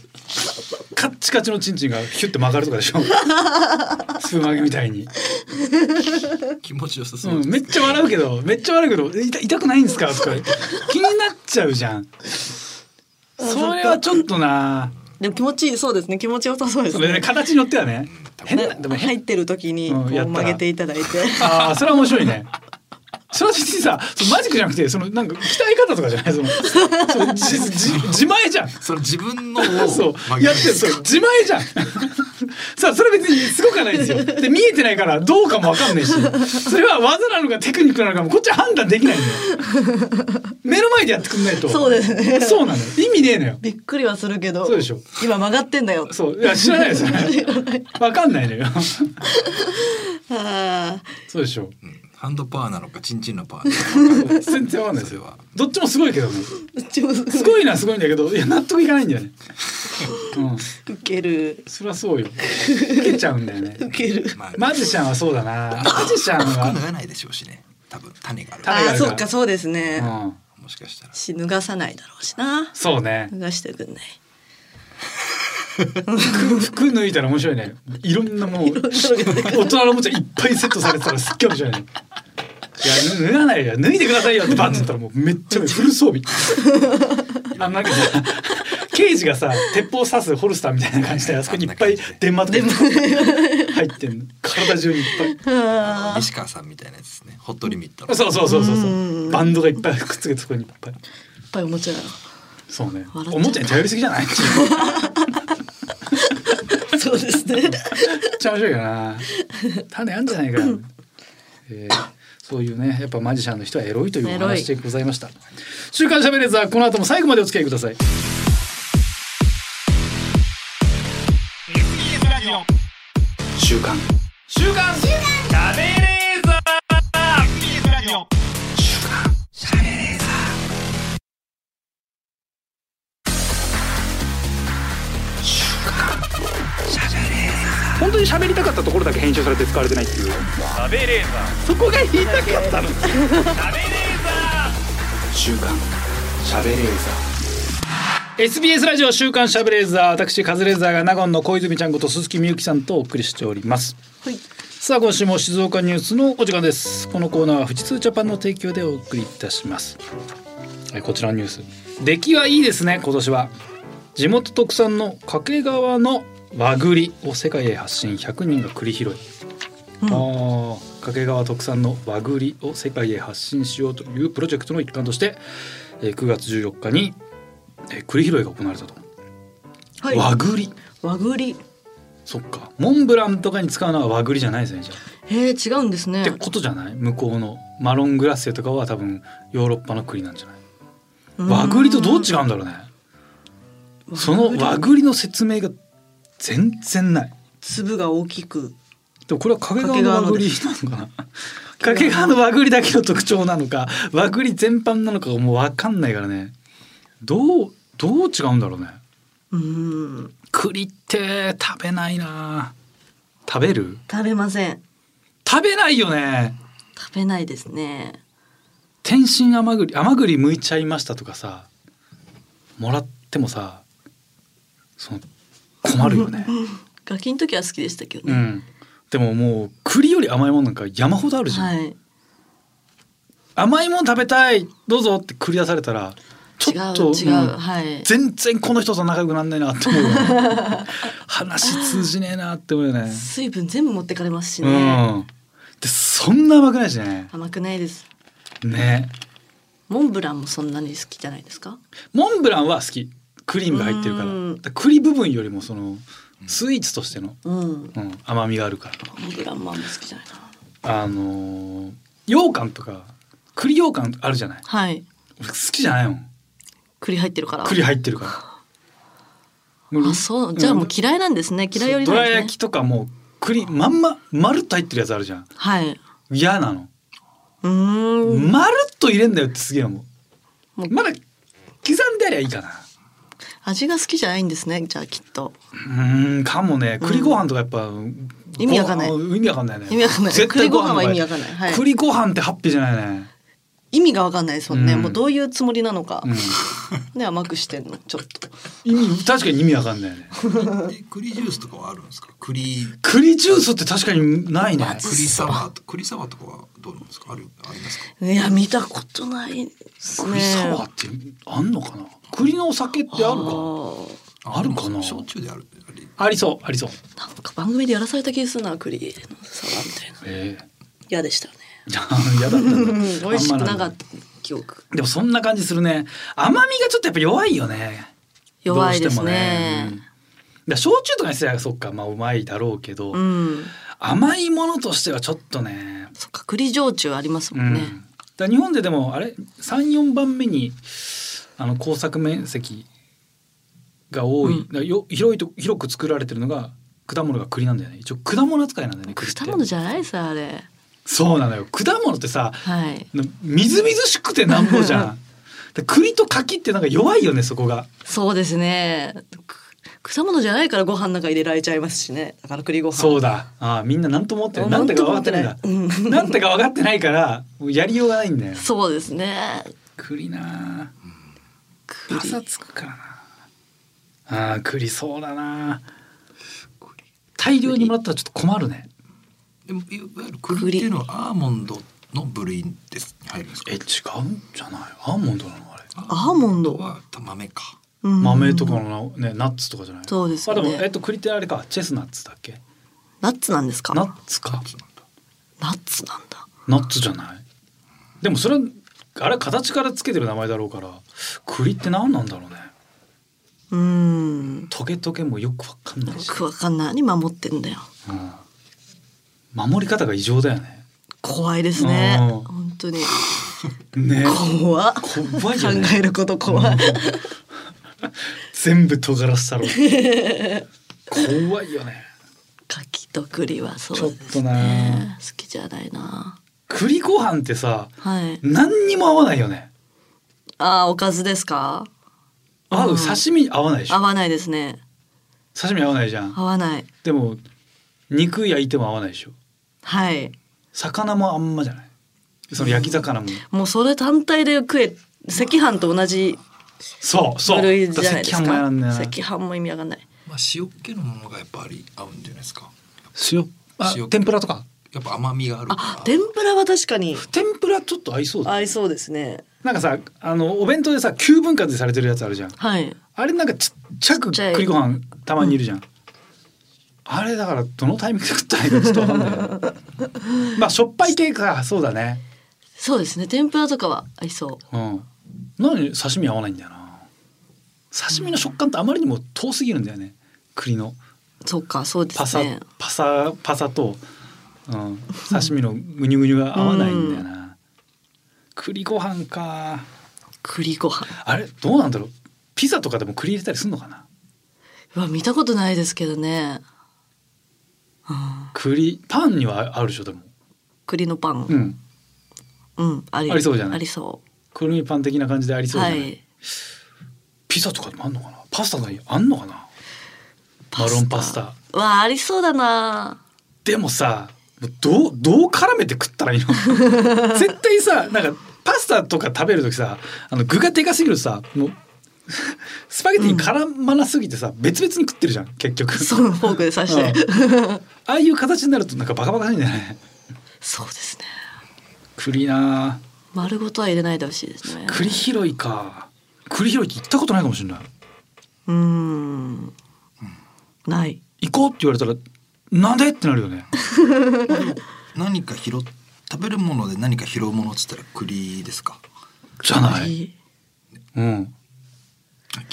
A: カッチカチのチンチンがヒュッて曲がるとかでしょスプーン曲げみたいに、
C: 気持ちよさそううです
A: ん、めっちゃ笑うけどめっちゃ笑うけどえ痛痛くないんですかとか気になっちゃうじゃんそれはちょっとな
B: でも気持ちいいそうですね気持ちよさそうです
A: それね
B: ね
A: 形によってはね変なでも
B: な入
A: 変
B: ってる時に
A: う
B: こ
A: ん
B: う
A: やったら
B: 曲げていただい て、
A: ああそれは面白いねそれは別にさそのマジックじゃなくてそのなんか鍛え方とかじゃないそのそのじじ自前じゃん
C: その自分のを
A: そう
C: 曲げ
A: や
C: る
A: ってるそう自前じゃんさあそれ別にすごくはないですよで見えてないからどうかもわかんないしそれは技なのかテクニックなのかもこっちは判断できないんだよ目の前でやってくんないと
B: そうですね
A: そうなのよ意味ねえのよ
B: びっくりはするけど
A: そうでしょ
B: 今曲がってんだよ
A: そういや知らないですよねわかんないのよ
B: あー
A: そうでしょ
C: うんハンドパーなのかチンチンのパーなのか
A: 全然わかんないですよどっちもすごいけどね
B: うちもす
A: す
B: ごい
A: ごいのはすごいんだけどいや納得いかないんだよねうん
B: ウケる
A: そりゃそうよ受けちゃうんだよね
B: ウケる
C: まあ、
A: マジシャンはそうだなマジシャン
C: 服
A: は
C: 脱がないでしょうしね多分種がある
A: 種が
B: あ
A: あ
B: あ
A: るから
B: そうかそうですね、
A: うん
C: もしかしたら
B: し脱がさないだろうしな
A: そうね
B: 脱がしてくんない
A: 服脱いだら面白いねいろんなもう大人のおもちゃいっぱいセットされてたらすっげえ面白いねいや脱がないよ脱いでくださいよってバンって言ったらもうめっちゃフル装備あのなんかさ刑事がさ鉄砲刺すホルスターみたいな感じであそこにいっぱい電話とか入ってんの体中にいっぱい
B: あー
C: 西川さんみたいなやつですねホットリミットの
A: そうそうそうそうそううんバンドがいっぱいくっつけてそこにいっぱい
B: いっぱいおもちゃ
A: そうね
B: 笑っちゃう
A: おもちゃに頼りすぎじゃないめっ
B: そうですね
A: ちゃ面白いよ な種あんじゃないかな、えーそういうねやっぱマジシャンの人はエロいというお
B: エロい
A: 話でございました「週刊しゃべれーザー」この後も最後までお付き合いください
D: SBS ラジオ
A: 週刊週刊週刊
D: ラジオ
A: 本当に喋りたかったところだけ編集されて使われてないっていう週刊しゃべれーザ SBS ラジオ週刊しゃべれーザー私カズレーザーが納言の小泉ちゃんこと鈴木みゆきさんとお送りしております
B: はい
A: さあ今週も静岡ニュースのお時間ですこのコーナーは富士通ジャパンの提供でお送りいたしますはいこちらのニュース出来はいいですね今年は地元特産の掛川の和栗を世界へ発信100人が栗拾い、
B: うん
A: あー掛川特産の和栗を世界へ発信しようというプロジェクトの一環としてえー9月14日にえー栗拾いが行われたと、
B: はい
A: 和栗
B: 和栗
A: そっかモンブランとかに使うのは和栗じゃないですねじゃあ
B: へえ違うんですね
A: ってことじゃない向こうのマロングラッセとかは多分ヨーロッパの国なんじゃない和栗とどう違うんだろうね
B: うん
A: その和栗の説明が全然ない
B: 粒が大きく
A: でもこれは掛川の和栗なのかな掛川の和栗だけの特徴なのか和栗全般なのかがもう分かんないからねどうどう違うんだろうね
B: うん
A: 栗って食べないな食べる
B: 食べません
A: 食べないよね
B: 食べないですね
A: 天津甘栗甘栗剥いちゃいましたとかさもらってもさその困るよね、
B: ガキの時は好きでしたけど
A: う
B: ね、
A: ん、でももう栗より甘いもんなんか山ほどあるじゃん、
B: はい
A: 甘いもん食べたいどうぞって繰り出されたらちょっと
B: 違う違う、
A: ん
B: はい
A: 全然この人と仲良くなんないなって思うよ ね話通じねえなって思うよね
B: 水分全部持ってかれますし
A: う
B: ね、
A: んでそんな甘くないしね
B: 甘くないです
A: ね
B: モンブランもそんなに好きじゃないですか
A: モンブランは好きクリームが入ってるから
B: うん
A: だから栗部分よりもそのスイーツとしての、
B: うんモ
A: うん、甘みがあるから
B: ンブランもあんま好きじゃないな
A: あのー、羊羹とか栗羊羹あるじゃない
B: はい
A: 俺好きじゃないもん
B: 栗入ってるから
A: 栗入ってるから
B: あそうじゃあもう嫌いなんですね嫌いより
A: そ
B: な
A: うど
B: い
A: ら
B: ですね
A: 焼きとかもう栗まんままるっと入ってるやつあるじゃん
B: はい。う
A: 嫌なの、
B: ーん。
A: まるっと入れんだよってすげえ思う
B: もう
A: まだ刻んでありゃいいかな
B: 味が好きじゃないんですね。じゃあきっと。
A: うーんかもね栗ご飯とかやっぱ、
B: 意味わかんない
A: ご飯意味わかんないね
B: 意味わかんない。
A: 絶
B: 栗
A: 対
B: ご
A: ご
B: 飯
A: 飯
B: は
A: は
B: 意
A: 意
B: 味
A: 味
B: わ
A: わか
B: か
A: ん
B: んな。
A: ないい、
B: はい。
A: 栗ご飯ってハッピーじゃないね、
B: 意味がわかんないですもんね。
A: うん
B: もうどういうつもりなのか
A: う。ん
B: ね甘くしてんのちょっと。
A: 意味確かに意味わかんないよね
C: え栗ジュースとかはあるんですか栗
A: 栗ジュースって確かにないね
B: まず
C: 栗サワーと栗サワーとかはどうなんですかあるありますか
B: いや見たことないですね。
A: 栗サワーってあんのかな栗のお酒ってあるか
B: あ
A: あるかな
C: 焼酎であるあり
A: ありそうありそう
B: ーなんか番組でやらされた気がするな栗のサワーみたいな。
A: ええ
B: 嫌でしたね。
A: いや嫌だった
B: うんん
A: だ
B: 美味しくな
A: あんま
B: か
A: ん
B: っ
A: だ
B: た記憶。
A: でもそんな感じするね甘みがちょっとやっぱ弱いよね
B: 弱いで
A: どうして
B: す
A: も
B: ね
A: うん。だから焼酎とかにすればそっかまあうまいだろうけど、
B: うん。
A: 甘いものとしてはちょっとね
B: そっか栗焼酎ありますも
A: うんん
B: ね。
A: だから日本ででもあれ34番目にあの耕作面積が多い、
B: うん
A: だからよ広いと広く作られてるのが果物が栗なんだよね一応果物扱いなんだよね栗って
B: 果物じゃないですあれ。
A: そうなのよ果物ってさ
B: はい。
A: みずみずしくてなんぼじゃんで栗と柿ってなんか弱いよねそこが
B: そうですね。く果物じゃないからご飯なんか入れられちゃいますしね。だから栗ご飯。
A: そうだああみんな何とも思ってない
B: な
A: なんん
B: と
A: て
B: も
A: か
B: 思
A: 分か
B: っ
A: ってて
B: な
A: ないいんだなんてか分かってないからもうやりようがないんだよ
B: そうですね。
A: 栗なあパ
B: 栗
A: サつくからなああ栗そうだな大量にもらったらちょっと困るね
C: でもいわゆる栗っていうのはアーモンドの部類です入るんですか
A: え違うんじゃないアーモンドなのあれ
B: アーモンド
C: は豆か
B: うん
A: 豆とかのなねナッツとかじゃない
B: そうですよね
A: あでもえっと栗ってあれかチェスナッツだっけ
B: ナッツなんですか。
A: ナ
B: ナ
A: ッツか
C: そうなんだ
B: ッツなんだ。
A: ナッツじゃないでもそれはあれ形からつけてる名前だろうから栗って何なんだろうね
B: うーん。
A: トゲトゲもよくわかんないし、
B: 僕わかんない。何守ってんだよ。
A: うん守り方が異常だよね
B: 怖いですね。
A: うん
B: 本当に
A: ね
B: 怖っ。考
A: 怖いよね
B: えること怖い。
A: 全部尖らしたろ怖いよね
B: 柿と栗はそうで
A: ちょ
B: す
A: っとね
B: ね。好きじゃないな。
A: 栗ご飯ってさ
B: はい。
A: 何にも合わないよね
B: ああおかずですか。
A: 合
B: う
A: うん刺身合わないでし
B: 合
A: ょ
B: わないですね。
A: 刺身合わないじゃん
B: 合わない。
A: でも肉焼いても合わないでしょ
B: はい。
A: 魚もあんまじゃないその焼き魚も
B: もうそれ単体で食え赤飯と同じ
A: そうそう
B: 部類じゃないですか
A: だら赤飯もやらんね
B: 赤飯も意味わかんない
C: まあ塩っ気のものがやっぱり合うんじゃないですか
A: 塩あ
C: 塩
A: 天ぷらとか
C: やっぱ甘みがあるから
B: あ天ぷらは確かに
A: 天ぷらちょっと合いそうだ
B: 合いそうですね
A: なんかさあのお弁当でさ9分割でされてるやつあるじゃん
B: はい
A: あれなんかちっちゃく
B: ちっちゃい
A: 栗ご飯たまにいるじゃん、あれだからどのタイミングで食ったらい いかちょっとわかんないまあしょっぱい系かそうだね
B: そうですね天ぷらとかは合いそう
A: うんなのに刺身合わないんだよな刺身の食感ってあまりにも遠すぎるんだよね栗の
B: そうかそうで
A: パ
B: す
A: サ、
B: ね
A: パサパサと、うん、刺身のぐにゅぐにゅが合わないんだよな、栗ご飯か
B: 栗ご飯
A: あれどうなんだろうピザとかでも栗入れたりするのかな
B: うわ見たことないですけどね、うん、
A: 栗パンにはあるでしょでも
B: 栗のパン、
A: う
B: うん、
A: ん
B: あり
A: ありそうじゃない
B: ありそ
A: くるみパン的な感じであり
B: う。
A: そうじゃ
B: は
A: ない、
B: い。
A: ピザとかでもあんのかなパスタとかにあんのかなマロンパスタ。
B: わあ、ありそう だな。
A: でもさどうどう絡めて食ったらいい の絶対さなんかパスタとか食べる時さあの具がでかすぎるとさもうスパゲティに絡まなすぎてさ、別々に食ってるじゃん結局
B: そう、フォークで刺して。
A: ああいう形になるとなんかバカバカしいんじゃない
B: そうですね。
A: 栗なあ
B: 丸ごとは入れないでほしいですね。
A: 栗拾いか栗拾いって行ったことないかもしれないう
B: ーん。ない。
A: 行こうって言われたらなんでってなるよね
C: 何か拾っ食べるもので何か拾うものっつったら栗ですか。
A: じゃない、
B: い。
A: うん、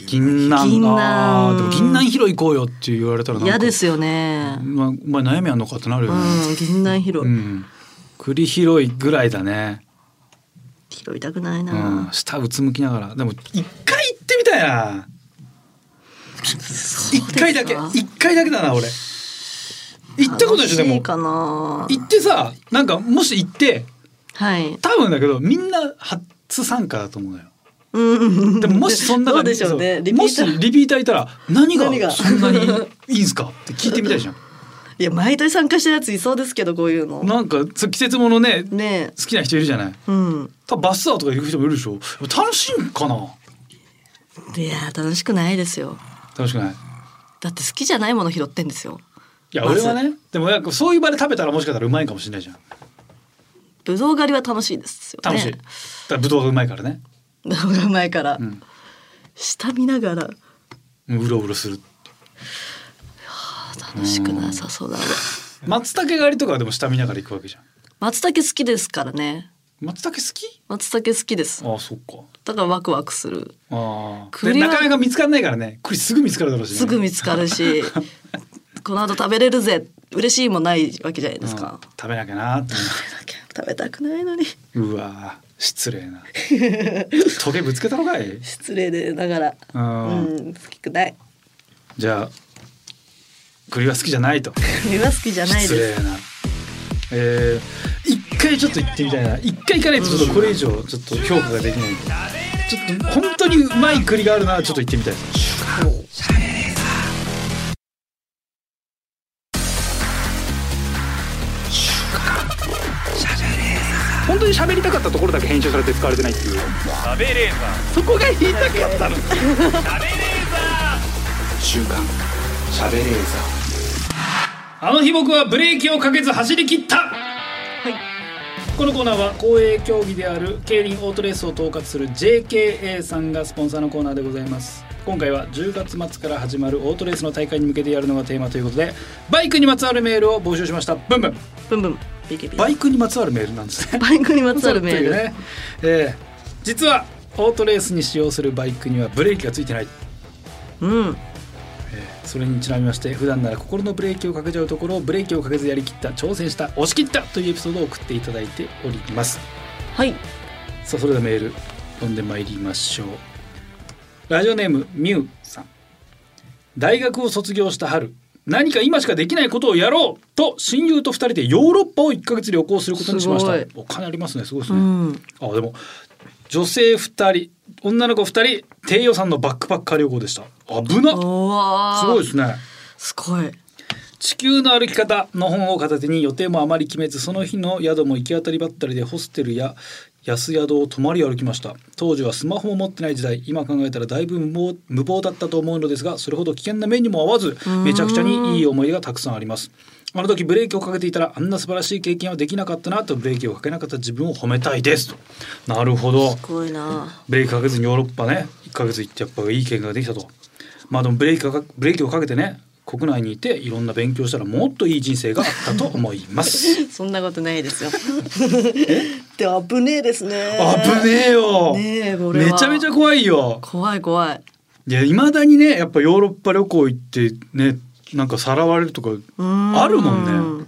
C: 銀
A: 銀杏
B: 銀杏
A: あーでも銀杏拾い行こうよって言われたらなんか
B: 嫌ですよね。
A: まあ、まあ、悩みあんのかってなる
B: う
A: よね。
B: ん、銀杏拾い、
A: うん。栗拾いぐらいだね。
B: 拾いたくないうな。
A: ん。下うつむきながら、でも一回行ってみたいな。
B: そうです
A: 一
B: か
A: 回だけ、一回だけだな、俺。行ったことでしょ、で
B: 楽い
A: も。
B: かな。
A: 行ってさ、なんかもし行って、
B: はい。
A: 多分だけど、みんな初参加だと思うのよ。
B: うん。
A: でももしそんな
B: どうでしょうね。リピ
A: も
B: ー
A: し
B: ター
A: リピーターいたら何
B: 何
A: が
B: が
A: そんなにいいんすかって聞いてみたいじゃん。
B: いや毎回参加してるやついそうですけどこういうの。
A: なんかそう季節ものね好
B: ね
A: きな人いるじゃない。
B: え。うん。
A: 多分バスツアーとか行く人もいるでしょ。楽しいんかな。
B: いやー楽しくないですよ。
A: 楽しくない。
B: だって好きじゃないもの拾ってんですよ。
A: いや、
B: ま
A: 俺
B: ず
A: はね、でも、なんか、そういう場で食べたら、もしかしたら、うまいかもしれないじゃん。
B: ぶどう狩りは楽しいですよね。
A: 楽しい。だから、ぶどうがうまいからね。
B: だから前から、
A: うん。
B: 下見ながら
A: うろうろする。
B: あ楽しくなさそうだな。
A: 松茸狩りとかはでも、下見ながら行くわけじゃん。
B: 松茸好きですからね。
A: 松茸好き。
B: 松茸好きです。
A: ああ、そっか。
B: だからワクワクする。
A: ああ。で、
B: 栗は
A: なかなか見つからないからね。栗すぐ見つかるだろうし、ね。
B: すぐ見つか るし、この後食べれるぜ。嬉しいもないわけじゃないで
A: う
B: す
A: ん
B: か。
A: 食べなきゃなーって
B: 食べなきゃ食べたくないのに
A: 思う。うわー、失礼 な。トゲぶつけたのかい。
B: 失礼でながら。
A: う。
B: うんん、好きくない。
A: じゃあ。栗は好きじゃないと。
B: 栗は好きじゃない
A: 失
B: で
A: 礼
B: す。
A: な。えー、一回ちょっと行ってみたいな一回行かないとちょっとこれ以上ちょっと評価ができないんでちょっと本当にうまい栗があるならちょっと行ってみたいです本当に喋りたかったところだけ編集されて使われてないっていうそこが言いたかったの週刊しゃべれーあの日僕はブレーキをかけず走り切った
B: はい。
A: このコーナーは公営競技である競輪オートレースを統括する JKA さんがスポンサーのコーナーでございます今回は10月末から始まるオートレースの大会に向けてやるのがテーマということでバイクにまつわるメールを募集しましたブンブン
B: ブンブン。ビキビキ
A: バイクにまつわるメールなんですね
B: バイクにまつわるメール。
A: ね、えー実はオートレースに使用するバイクにはブレーキがついてない
B: うん。
A: それにちなみまして普段なら心のブレーキをかけちゃうところをブレーキをかけずやりきった挑戦した押し切ったというエピソードを送っていただいております
B: はい。
A: さあそれではメール読んでまいりましょうラジオネームみゆさん大学を卒業した春何か今しかできないことをやろうと親友と2人でヨーロッパを1ヶ月旅行することにしました
B: す
A: お金ありますねすごいです
B: う
A: ね、
B: ん。
A: あでも女性2人女の子2人低予算のバックパッカー旅行でした危なす
B: うわー
A: ごいですね
B: すごい。
A: 地球の歩き方の本を片手に予定もあまり決めずその日の宿も行き当たりばったりでホステルや安宿を泊まり歩きました当時はスマホも持ってない時代今考えたらだいぶ無謀無謀だったと思うのですがそれほど危険な目にも合わずめちゃくちゃにいい思い出がたくさんありますあの時ブレーキをかけていたらあんな素晴らしい経験はできなかったなとブレーキをかけなかった自分を褒めたいですとなるほど
B: すごいな。
A: ブレーキかけずにヨーロッパね1ヶ月行ってやっぱいい経験ができたとまあでもブレーキかかブレーキをかけてね国内にいていろんな勉強したらもっといい人生があったと思います
B: そんなことないですよ。で危ねえですね。
A: 危ねえよ
B: ねえこれは
A: めちゃめちゃ怖いよ
B: 怖い怖い。
A: いや未だにねやっぱヨーロッパ旅行行ってねなんかさらわれるとか
B: うーん
A: あるもんね。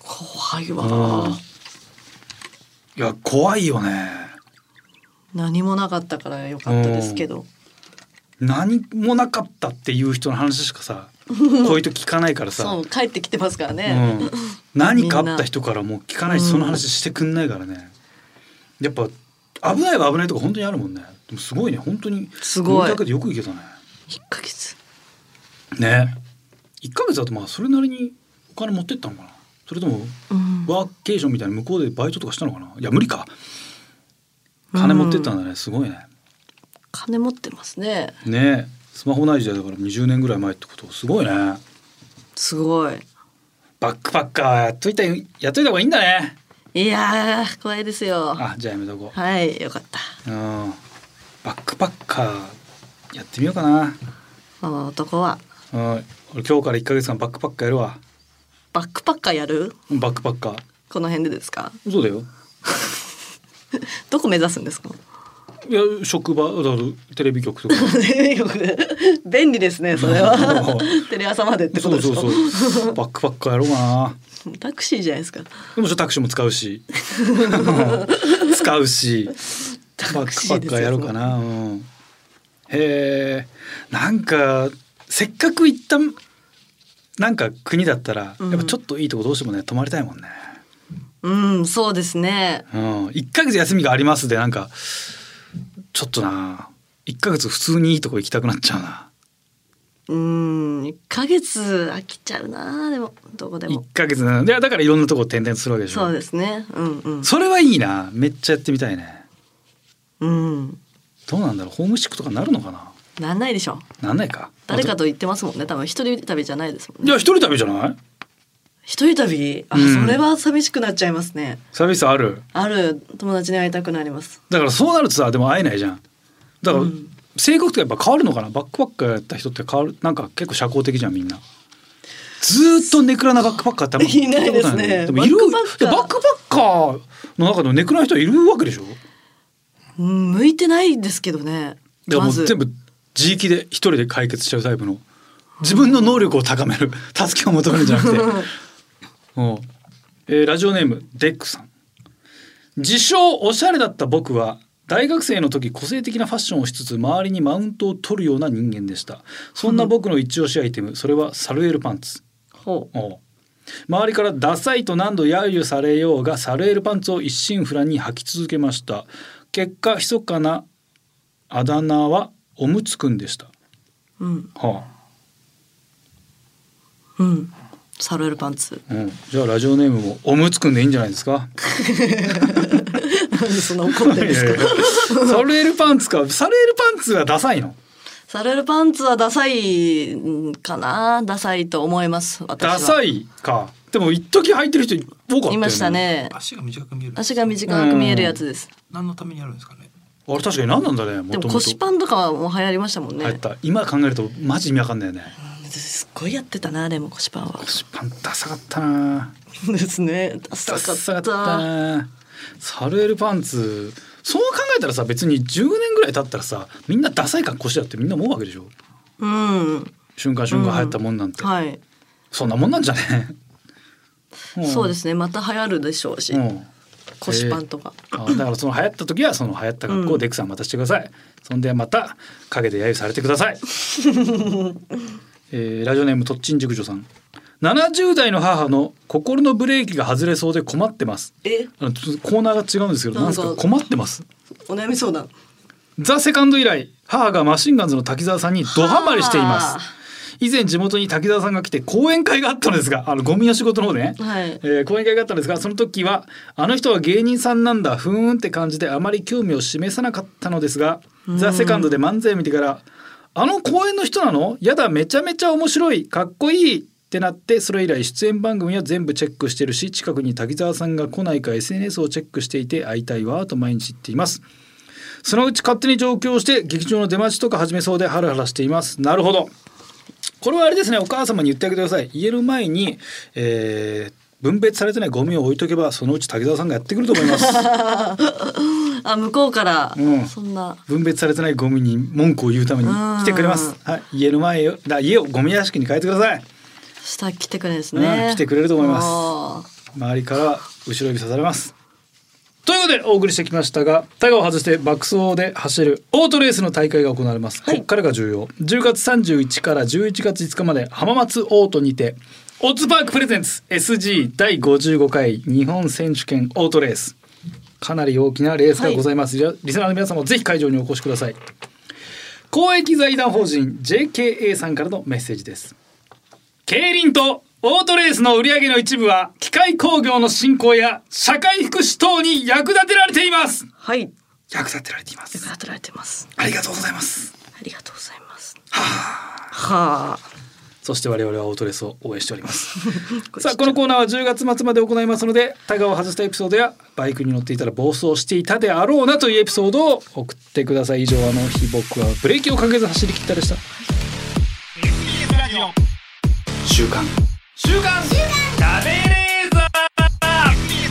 B: 怖い
A: うん
B: わ。
A: いや怖いよね
B: 何もなかったから良かったですけど。
A: 何もなかったっていう人の話しか さこういうと聞かないからさ
B: そう帰ってきてますから
A: う
B: ね、
A: ん、 何かあった人からもう聞かないし
B: みんな
A: その話してくんないからねやっぱ危ないは危ないとか本当にあるもんねでもすごいね本当に
B: すごい
A: 乗るだけでよく行けたね
B: 一ヶ月
A: ね1ヶ月だとまあそれなりにお金持ってったのかなそれとも
B: うん
A: ワーケーションみたいな向こうでバイトとかしたのかないや無理か金持ってったんだねすごいね
B: 金持ってますね
A: ねスマホない時代だから20年ぐらい前ってことすごいね
B: すごい
A: バックパッカーやっといたやっといた方がいいんだね
B: いやー怖いですよ
A: あじゃあやめとこう
B: はいよかった
A: うんバックパッカーやってみようかな。
B: まあまあ男は
A: うん、俺今日から1ヶ月間バックパッカーやるわ。
B: バックパッカーやる
A: バックパッカー。
B: この辺でですか
A: そうだよ。
B: どこ目指すんですか
A: いや職場だからテレビ 局とか。
B: 便利ですねそれは
A: そう
B: テレ朝までってこ
A: そ
B: と
A: う
B: です
A: そう
B: か
A: そう。バックパッカーやろうかな。
B: タクシーじゃないですか
A: でもちょっとタクシーも使う し、使うし、バッ
B: ク
A: ク
B: シ
A: パッ
B: ーですよ
A: カーやろうかな。うん、へえ、なんかせっかく行ったなんか国だったら、
B: うん
A: やっぱちょっといいとこどうしてもね泊まりたいもんね。
B: うんそうですね
A: うん、1ヶ月休みがありますでなんかちょっとな1ヶ月普通にいいとこ行きたくなっちゃうな
B: うん1ヶ月飽きちゃうなでもどこで
A: 1
B: も
A: ヶ月ないやだからいろんなとこ転々とするわけでしょ
B: そうですねうんうん
A: それはいいなめっちゃやってみたいね
B: うん
A: どうなんだろうホームシックとかなるのかな
B: なんないでしょ
A: なんないか
B: 誰か
A: と
B: と言ってますもんね多分一人旅じゃないですもん
A: い
B: ね
A: や一人旅じゃない
B: 一人旅あ、
A: うん
B: それは寂しくなっちゃいますね
A: サービスある
B: ある友達に会いたくなります
A: だからそうなるとさでも会えないじゃんだから、
B: うん
A: 性格とかやっぱ変わるのかなバックパッカーやった人って変わるなんか結構社交的じゃんみんなずーっとネクラなバックパッカーってあんま
B: い ないです
A: 聞たことない
B: ね
A: でもいる
B: バ
A: バ
B: ッ
A: ッ
B: クパッカー
A: クパッカーの中でもネクラな人はいるわけでしょ
B: うん向いてないですけどね
A: だから
B: ま
A: もう
B: ず
A: 全部自力で一人で解決しちゃうタイプの自分の能力を高める 助けを求めるんじゃな くてうんえーラジオネームデックさん自称おしゃれだった僕は大学生の時個性的なファッションをしつつ周りにマウントを取るような人間でしたそんな僕の一押しアイテムそれはサルエルパンツ
B: ほ
A: おう周りからダサいと何度揶揄されようがサルエルパンツを一心不乱に履き続けました結果密かなあだ名はおむつくんでした、
B: ううん
A: は
B: うんサルエルパンツ
A: あうん、じゃあラジオネームもおむつくんでいいんじゃないですか
B: なんでそんな怒ってるんですか
A: いやいやいやサルエルパンツかサルエルパンツがダサいの
B: サルエルパンツはダサいんかなダサいと思います私は
A: ダサいかでも一時履いてる人多かったよね
B: いましたね
C: 足が短く見える。
B: 足が短く見えるやつです
C: 何のためにあるんですかね。
A: あれ確かに何なんだねも
B: で
A: と
B: も
A: も
B: 腰
A: と
B: パンとかはもう流行りましたもん
A: 流
B: ね
A: 行った今考えるとマジ意味わかんないよね
B: すっごいやってたなでも腰パンは
A: 腰パンダサかったな
B: ですねダサ
A: ダ
B: か
A: サか
B: っ
A: ったたねサルエルパンツそう考えたらさ別に10年ぐらい経ったらさみんなダサい格好してたってみんな思うわけでしょ
B: うん
A: 瞬間瞬間流行ったもんなんて、
B: はい
A: そんなもんなんじゃね、、
B: そうですすねまた流行るでしょうし
A: うん、
B: 腰パンとか
A: あだからその流行った時はその流行った格好
B: う
A: を
B: ん
A: デクさんまたしてください、そんでまた陰で揶揄されてくだ さい、えーラジオネームとっちん塾女さん70代の母の心のブレーキが外れそうで困ってます
B: え
A: あのちょっとコーナーが違うんですけど
B: な
A: なんん
B: か
A: ですか困ってます
B: お悩み相談
A: ザ・セカンド以来母がマシンガンズの滝沢さんにドハマりしています以前地元に滝沢さんが来て講演会があったのですがあのゴミの仕事の方でね、
B: はい
A: えー講演会があったのですがその時はあの人は芸人さんなんだふーんって感じであまり興味を示さなかったのですが「ザ・セカンドで漫才を見てから「あの講演の人なのやだめちゃめちゃ面白いかっこいい!」ってなってそれ以来出演番組は全部チェックしてるし近くに滝沢さんが来ないか SNS をチェックしていて会いたいわと毎日言っています。そのうち勝手に上京して劇場の出待ちとか始めそうでハラハラしています。なるほど。これはあれですね。お母様に言ってあげてください。言える前に、えー分別されてないゴミを置いとけばそのうち滝沢さんがやってくると思います。
B: あ向こうから
A: うん
B: そんな
A: 分別されてないゴミに文句を言うために来てくれます。はい、言える前よだ家をゴミ屋敷に変えてください。
B: 下来てくれるんですね
A: うん来てくれると思います
B: あー
A: 周りからは後ろ指さされます。ということでお送りしてきましたがタイガーを外して爆走で走るオートレースの大会が行われます、
B: はい
A: ここからが重要10月31から11月5日まで浜松オートにてオッズパークプレゼンツ SG 第55回日本選手権オートレースかなり大きなレースがございます、じゃあリスナーの皆さんもぜひ会場にお越しください公益財団法人 JKA さんからのメッセージです競輪とオートレースの売り上げの一部は機械工業の振興や社会福祉等に役立てられています
B: はい
A: 役立てられています
B: 働いてます
A: ありがとうございます
B: ありがとうございますはあ
A: そして我々はオートレースを応援しております
B: これ
A: さあこのコーナーは10月末まで行いますのでタイガーを外したエピソードやバイクに乗っていたら暴走していたであろうなというエピソードを送ってください以上あの日僕はブレーキをかけず走り切ったでした週刊週刊食べレーザー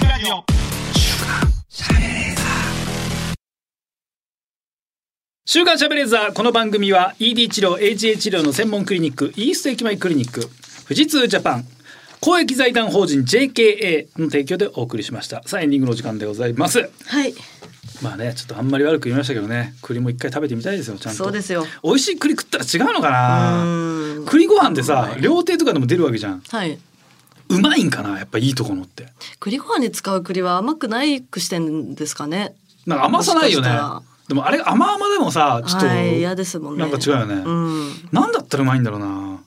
A: 週刊シャベレーザーこの番組は ED 治療 AGA 治療の専門クリニックイースト駅前クリニック富士通ジャパン公益財団法人 JKA の提供でお送りしましたさあエンディングのお時間でございます
B: はい
A: まあねちょっとあんまり悪く言いましたけどね栗も一回食べてみたいですよちゃんと
B: そうですよ
A: 美味しい栗食ったら違うのか
B: う
A: な
B: ーん
A: 栗ご飯でさ料亭とかでも出るわけじゃん
B: はい。
A: うまいんかなやっぱいいとこのって
B: 栗ご飯に使う栗は甘くないくしてんですかね。
A: なんか甘さないよね
B: もしかしたら
A: でもあれ甘々でもさちょっと、
B: はい、嫌ですもんね。
A: なんか違うよね
B: うん。
A: なんだったらうまいんだろうな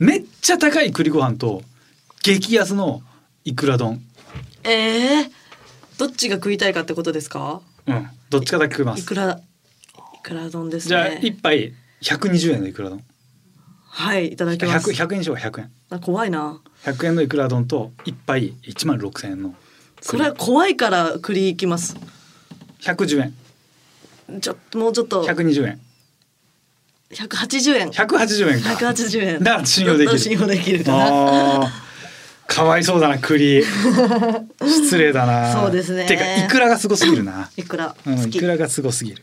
A: めっちゃ高い栗ご飯と激安のいくら丼
B: ええどっちが食いたいかってことですか。
A: うんどっちかだけ食いま
B: い
A: す
B: くら。いくら丼です
A: じゃあ
B: ね。
A: 一杯120円のいくら丼
B: はい、いただきます。
A: 100, 100円しよう100円
B: あ怖いな。
A: 100円のいくら丼と一杯1万6千円の
B: それは怖いから栗いきます。
A: 110円
B: ちょっともうちょっと。
A: 120円
B: 百八十円。
A: 180円か
B: 百八十円。
A: だから信用できる
B: 信用できるかな。
A: あーかわいそうだな 栗失礼だな
B: そうですね
A: てかいくらがすごすぎるない
B: くら。
A: うん
B: 好
A: い
B: き。
A: くらがすごすぎる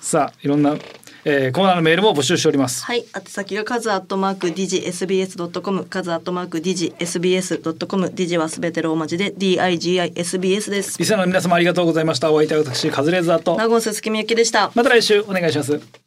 A: さあいろんな、えーコーナーのメールも募集しております
B: はい、宛先がカズアットマークディジ SBS ドットコム、カズアットマークディジ SBS ドットコム、ディジはすべてローマ字で D I G I S B S です。
A: リスナーの皆様ありがとうございましたお相手は私カズレーザーと
B: 名古屋鈴木みゆきでした。
A: また来週お願いします